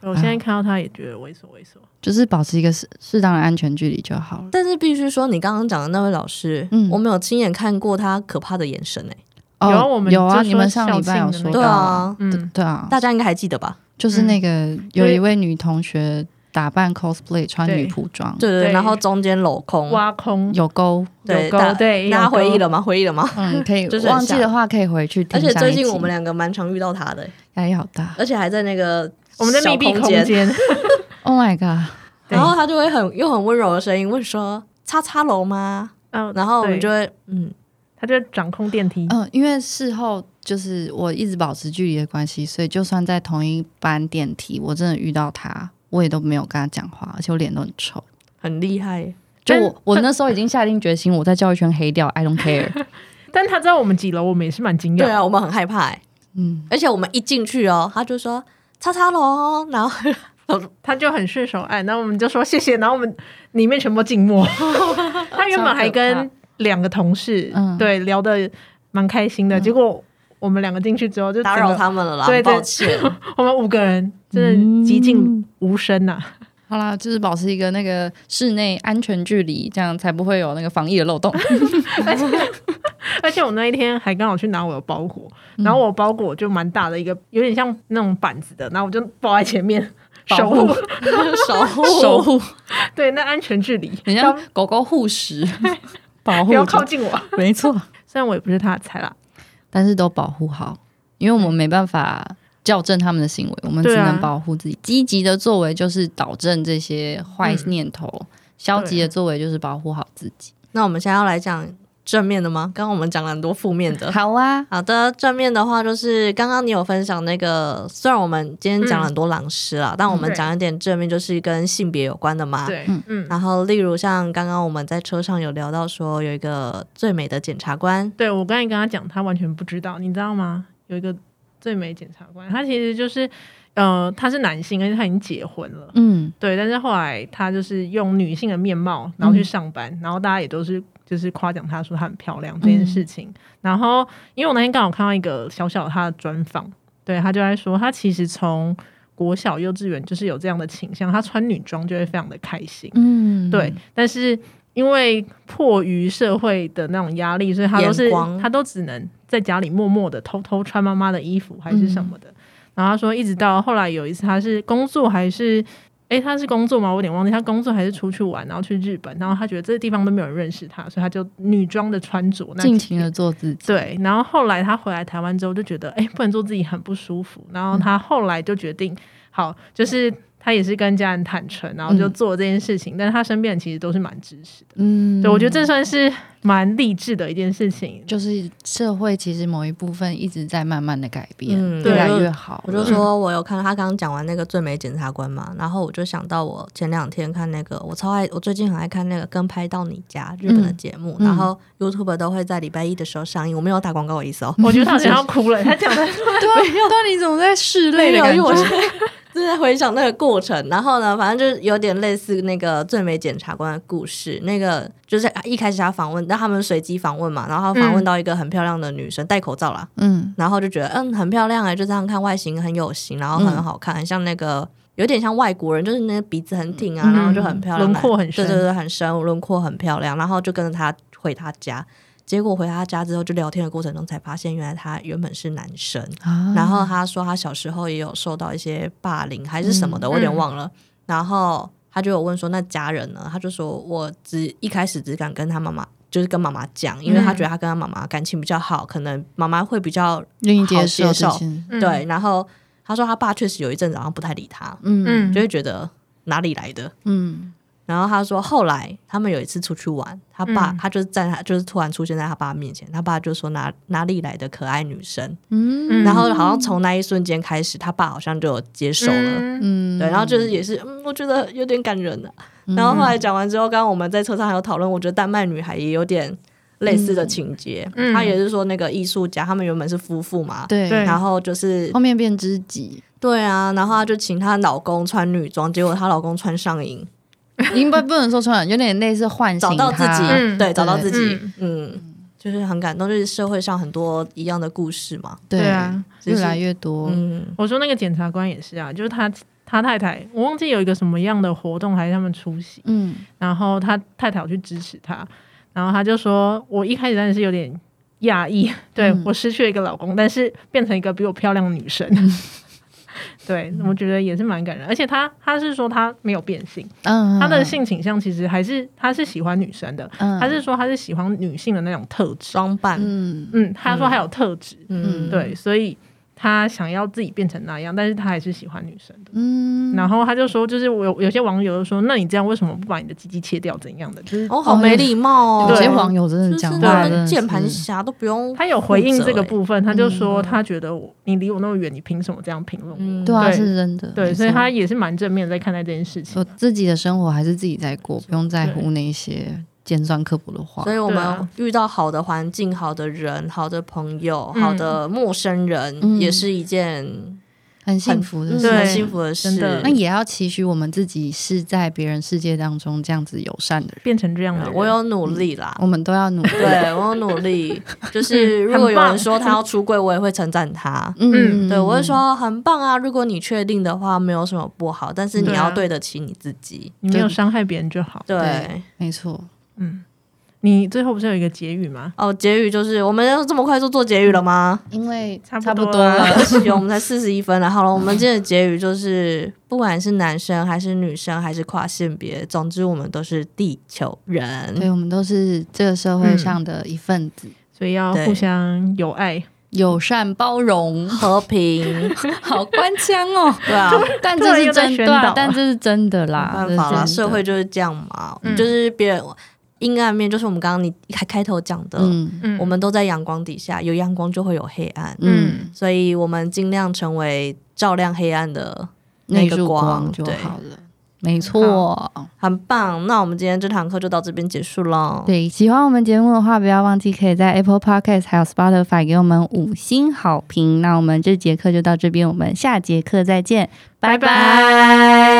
Speaker 3: 我
Speaker 1: 啊
Speaker 3: 现在看到他也觉得猥琐猥琐。
Speaker 1: 就是保持一个适适当的安全距离就好了。
Speaker 2: 但是必须说，你刚刚讲的那位老师，
Speaker 1: 嗯
Speaker 2: 我没有亲眼看过他可怕的眼神欸诶、
Speaker 1: 哦
Speaker 3: 有啊我们
Speaker 1: 有啊，
Speaker 3: 就说
Speaker 1: 你们上礼拜有
Speaker 3: 校庆的
Speaker 1: 说
Speaker 3: 那
Speaker 1: 到
Speaker 3: 个
Speaker 2: 对啊，
Speaker 1: 对
Speaker 3: 嗯，
Speaker 1: 对啊，
Speaker 2: 大家应该还记得吧？
Speaker 1: 就是那个有
Speaker 3: 对
Speaker 1: 一位女同学打扮 cosplay 穿女仆装，
Speaker 2: 对对，
Speaker 3: 对
Speaker 2: 然后中间镂空，
Speaker 3: 挖空
Speaker 1: 有 勾，
Speaker 2: 对
Speaker 3: 有勾
Speaker 2: 大
Speaker 3: 对
Speaker 2: 大
Speaker 3: 有
Speaker 2: 家
Speaker 3: 勾
Speaker 2: 回忆了吗？回忆了吗？
Speaker 1: 嗯，可以
Speaker 2: 就是很
Speaker 1: 忘记
Speaker 2: 像
Speaker 1: 的话可以回去听
Speaker 2: 而
Speaker 1: 上一集。
Speaker 2: 且最近我们两个蛮常遇到他的、
Speaker 1: 压力好大
Speaker 2: 而且还在那个
Speaker 3: 我们的
Speaker 2: 小
Speaker 3: 密闭
Speaker 2: 空哦
Speaker 3: 空间，
Speaker 1: ，Oh my god！
Speaker 3: 对
Speaker 2: 然后他就会很用很温柔的声音问说：“叉叉楼吗？”
Speaker 3: 嗯
Speaker 2: 然后我们
Speaker 3: 对
Speaker 2: 就会嗯，
Speaker 3: 他就掌控电梯，
Speaker 1: 嗯，因为事后就是我一直保持距离的关系，所以就算在同一班电梯，我真的遇到他，我也都没有跟他讲话，而且我脸都很臭。
Speaker 2: 很厉害。
Speaker 1: 就
Speaker 3: 但
Speaker 1: 我，我那时候已经下定决心，我在教育圈黑掉，I don't care。
Speaker 3: 但他知道我们几楼，我们也是蛮惊讶
Speaker 2: 对
Speaker 3: 的。
Speaker 2: 啊，我们很害怕、欸，
Speaker 1: 嗯，
Speaker 2: 而且我们一进去哦，他就说叉叉楼，哦然后
Speaker 3: 他就很哎 顺手按，然后我们就说谢谢，然后我们里面全部静默。他原本还
Speaker 1: 超可
Speaker 3: 跟两个同事，
Speaker 1: 嗯
Speaker 3: 对，聊的蛮开心的。结果我们两个进去之后就
Speaker 2: 打
Speaker 3: 整
Speaker 2: 扰
Speaker 3: 个，
Speaker 2: 他们了啦，
Speaker 3: 对对
Speaker 2: 抱歉。
Speaker 3: 我们五个人真的极尽
Speaker 1: 嗯
Speaker 3: 无声啊呐、
Speaker 1: 好啦，就是保持一个那个室内安全距离，这样才不会有那个防疫的漏洞。
Speaker 3: 而且我那一天还刚好去拿我的包裹，然后我包裹就蛮大的一个，有点像那种板子的，然后我就抱在前面 守
Speaker 1: 保护
Speaker 3: 护，
Speaker 2: 守护
Speaker 1: 守护，
Speaker 3: 对，那安全距离，
Speaker 1: 很像狗狗护 食，保
Speaker 3: 不
Speaker 1: 护
Speaker 3: 要
Speaker 1: 着
Speaker 3: 靠近我。
Speaker 1: 没错，
Speaker 3: 虽然我也不是他的菜啦，
Speaker 1: 但是都保护好，因为我们没办法校正他们的行为，我们只
Speaker 3: 对啊
Speaker 1: 能保护自己。积极的作为就是导正这些坏念头，
Speaker 3: 嗯
Speaker 1: 消极的作为就是保护好自己。
Speaker 2: 那我们现在要来讲正面的吗？刚刚我们讲了很多负面的。
Speaker 1: 好啊，
Speaker 2: 好的，正面的话就是刚刚你有分享那个，虽然我们今天讲了很多朗诗啦，但我们
Speaker 3: 嗯对
Speaker 2: 讲一点正面，就是跟性别有关的嘛。。
Speaker 3: 对，
Speaker 1: 嗯
Speaker 3: 嗯，
Speaker 2: 然后，例如像刚刚我们在车上有聊到说，有一个最美的检察官，
Speaker 3: 对我刚才跟他讲，他完全不知道，你知道吗？有一个最美检察官，他其实就是，呃，他是男性，而且他已经结婚了，
Speaker 1: 嗯，
Speaker 3: 对，但是后来他就是用女性的面貌，然后去上班，然后大家也都是就是夸奖她说她很漂亮这件事情。然后因为我那天刚好看到一个小小她的专访，对她就在说，她其实从国小、幼稚园就是有这样的倾向，她穿女装就会非常的开心，
Speaker 1: 嗯，
Speaker 3: 对，，但是。因为迫于社会的那种压力，所以她都是
Speaker 2: 眼光
Speaker 3: 她都只能在家里默默的偷偷穿妈妈的衣服还是什么的。
Speaker 2: 嗯
Speaker 3: 然后她说，一直到后来有一次，她是工作还是诶，他是工作吗？我有点忘记，他工作还是出去玩，然后去日本，然后他觉得这个地方都没有人认识他，所以他就女装的穿着那
Speaker 1: 尽
Speaker 3: 几
Speaker 1: 情
Speaker 3: 天
Speaker 1: 的做自己。
Speaker 3: 对，然后后来他回来台湾之后就觉得，哎、不能做自己很不舒服。然后他后来就决定，好，就是他也是跟家人坦诚，然后就
Speaker 1: 嗯
Speaker 3: 做这件事情。但是他身边人其实都是蛮支持的，
Speaker 1: 嗯，
Speaker 3: 对我觉得这算是蛮励志的一件事情。
Speaker 1: 就是社会其实某一部分一直在慢慢的改变，
Speaker 2: 嗯
Speaker 1: 越来
Speaker 2: 对
Speaker 1: 越好了。
Speaker 2: 我就说我有看到他刚刚讲完那个最美检察官嘛，然后我就想到我前两天看那个，我超爱，我最近很爱看那个《跟拍到你家》日本的节目，
Speaker 1: 嗯
Speaker 2: 然后 YouTube 都会在礼拜一的时候上映，我没有打广告的意思哦。
Speaker 3: 我觉得他好像要哭了，他讲的
Speaker 1: 对啊，但你怎么在室内
Speaker 2: 没
Speaker 1: 的
Speaker 2: 有，
Speaker 1: 感
Speaker 2: 因为我
Speaker 1: 觉
Speaker 2: 是 正在回想那个过程。然后呢，反正就是有点类似那个最美检察官的故事。那个就是啊一开始他访问，让他们随机访问嘛，然后他访
Speaker 3: 嗯
Speaker 2: 问到一个很漂亮的女生，戴口罩啦，
Speaker 1: 嗯
Speaker 2: 然后就觉得嗯很漂亮哎、就这样看外形很有型，然后
Speaker 3: 嗯
Speaker 2: 很好看，很像那个有点像外国人，就是那个鼻子很挺啊，
Speaker 3: 嗯
Speaker 2: 然后就很漂亮，啊
Speaker 3: 轮廓很深
Speaker 2: 对对对，很深，轮廓很漂亮，然后就跟着他回他家。结果回他家之后，就聊天的过程中才发现，原来他原本是男生。
Speaker 1: 啊
Speaker 2: 然
Speaker 3: 嗯
Speaker 2: 后他说他小时候也有受到一些霸凌还是什么的，
Speaker 3: 嗯
Speaker 2: 我有点
Speaker 3: 嗯
Speaker 2: 忘了。然后他就有问说那家人呢？他就说我只一开始只敢跟他妈妈。就是跟妈妈讲，因为
Speaker 3: 嗯
Speaker 2: 他觉得他跟他妈妈感情比较好，可能妈妈会比较、
Speaker 1: 愿意
Speaker 2: 好
Speaker 1: 接
Speaker 2: 接
Speaker 1: 受
Speaker 2: 受
Speaker 1: 这些，
Speaker 3: 嗯
Speaker 2: 对。，然后他说他爸确实有一阵子好像不太理他，
Speaker 1: 嗯
Speaker 3: 嗯，
Speaker 2: 就会觉得哪里来的。
Speaker 1: 嗯
Speaker 2: 然后他说后来他们有一次出去玩，他爸、
Speaker 3: 嗯
Speaker 2: 他就是在他就是突然出现在他爸面前，他爸就说哪哪里来的可爱女生，
Speaker 1: 嗯
Speaker 2: 然后好像从那一瞬间开始，他爸好像就有接受了。
Speaker 3: 嗯
Speaker 1: 嗯
Speaker 2: 对，然后就是也是，嗯，我觉得有点感人的、然后后来讲完之后，刚刚我们在车上还有讨论，我觉得丹麦女孩也有点类似的情节。
Speaker 3: 嗯
Speaker 2: 她也是说那个艺术家，他们原本是夫妇嘛，
Speaker 1: 对哦
Speaker 3: 对
Speaker 2: 然后就是
Speaker 1: 后面变知 己，
Speaker 2: 对啊，然后她就请她老公穿女装，结果她老公穿上瘾，
Speaker 1: 应该不能说穿，有点类似唤醒
Speaker 2: 找到自己，
Speaker 1: 他
Speaker 3: 嗯
Speaker 2: 对，找到
Speaker 1: 对
Speaker 2: 自己，嗯。就是很感动，就是社会上很多一样的故事嘛。
Speaker 1: 对
Speaker 3: 对啊，
Speaker 1: 越来越多，
Speaker 2: 嗯，
Speaker 3: 我说那个检察官也是啊，就是他他太太，我忘记有一个什么样的活动还是他们出席，
Speaker 1: 嗯
Speaker 3: 然后他太太有去支持他，然后他就说：“我一开始当然是有点讶异， 对、
Speaker 1: 嗯
Speaker 3: 我失去了一个老公，但是变成一个比我漂亮的女生。
Speaker 1: 嗯
Speaker 3: 对，我觉得也是蛮感人，而且他他是说他没有变性，
Speaker 1: 嗯，
Speaker 3: 他的性倾向其实还是他是喜欢女生的，
Speaker 1: 嗯
Speaker 3: 他是说他是喜欢女性的那种特质，
Speaker 2: 装扮，
Speaker 1: 嗯
Speaker 3: 嗯，他说他有特质，
Speaker 2: 嗯，
Speaker 3: 对，所以他想要自己变成那样，但是他还是喜欢女生的。
Speaker 1: 嗯，
Speaker 3: 然后他就说，就是我有有些网友就说，那你这样为什么不把你的鸡鸡切掉？怎样的？就是
Speaker 2: 哦，好没礼貌哦。
Speaker 1: 嗯有
Speaker 3: 对
Speaker 1: 些网友真
Speaker 2: 就
Speaker 1: 的
Speaker 2: 是
Speaker 1: 嗯讲
Speaker 2: 他
Speaker 1: 话
Speaker 2: 们
Speaker 1: 真的
Speaker 2: 键盘
Speaker 1: 是嗯
Speaker 2: 侠都不用负责欸，
Speaker 3: 他有回应这个部分，他就说
Speaker 2: 嗯
Speaker 3: 他觉得我你离我那么远，你凭什么这样评论我？
Speaker 2: 嗯，
Speaker 1: 对啊，
Speaker 3: 对
Speaker 1: 是真的，
Speaker 3: 对，
Speaker 1: 没
Speaker 3: 所以
Speaker 1: 错
Speaker 3: 他也是蛮正面在看待这件事情
Speaker 1: 说。自己的生活还是自己在过，不用在
Speaker 3: 对
Speaker 1: 乎那些尖酸刻薄的话
Speaker 2: 所，以我
Speaker 3: 对
Speaker 2: 们
Speaker 3: 啊
Speaker 2: 遇到好的环境、好的人、好的朋友、
Speaker 3: 嗯
Speaker 2: 好的陌生人，
Speaker 1: 嗯
Speaker 2: 也是一件
Speaker 1: 很幸福的
Speaker 2: 嗯
Speaker 1: 事
Speaker 3: 对
Speaker 2: 很
Speaker 1: 情。
Speaker 2: 幸福的事嗯
Speaker 3: 真。的
Speaker 1: 那也要期许我们自己是在别人世界当中这样子友善的人，
Speaker 3: 变成这样的人，
Speaker 2: 我有努力啦，
Speaker 1: 我们都要努力。
Speaker 2: 对我有努 力。就是如果有人说他要出柜，我也会称赞他。
Speaker 3: 嗯
Speaker 2: 对我会，说很棒啊，如果你确定的话，没有什么不好，但是你
Speaker 3: 对啊
Speaker 2: 要对得起你自己。
Speaker 3: 你没有伤害别人就好。
Speaker 2: 对
Speaker 1: 对，没错，
Speaker 3: 嗯，你最后不是有一个结语吗？
Speaker 2: 哦，结语就是我们要这么快就做结语了吗？
Speaker 1: 因为
Speaker 3: 差不
Speaker 1: 不
Speaker 3: 多啦
Speaker 1: 了，
Speaker 2: 有，我们才四十一分了。好了，我们今天的结语就是，不管是男生还是女生，还是跨性别，总之我们都是地球人。
Speaker 1: 对我们都是这个社会上的一份
Speaker 2: 嗯
Speaker 1: 子，
Speaker 3: 所以要
Speaker 2: 对，
Speaker 3: 互相友爱，
Speaker 1: 友善包容
Speaker 2: 和平，
Speaker 1: 好官腔哦。
Speaker 2: 对啊，
Speaker 1: 但这是真
Speaker 3: 突然又在宣
Speaker 1: 对
Speaker 3: 导
Speaker 1: 啊
Speaker 3: 啊，
Speaker 1: 但这是真的啦，
Speaker 2: 没办法啦，
Speaker 1: 这是啊真
Speaker 2: 社
Speaker 1: 的
Speaker 2: 会就是这样嘛，
Speaker 3: 嗯
Speaker 2: 就是别人阴暗面，就是我们刚刚你开开头讲的，
Speaker 1: 嗯
Speaker 3: 嗯
Speaker 2: 我们都在阳光底下，有阳光就会有黑暗，
Speaker 1: 嗯，
Speaker 2: 所以我们尽量成为照亮黑暗的
Speaker 1: 那
Speaker 2: 个
Speaker 1: 束光就
Speaker 2: 对，
Speaker 1: 好了，没错。
Speaker 2: 很棒。那我们今天这堂课就到这边结束喽。
Speaker 1: 对，喜欢我们节目的话，不要忘记可以在 Apple Podcast 还有 Spotify 给我们五星好评。那我们这节课就到这边，我们下节课再见，拜
Speaker 3: 拜拜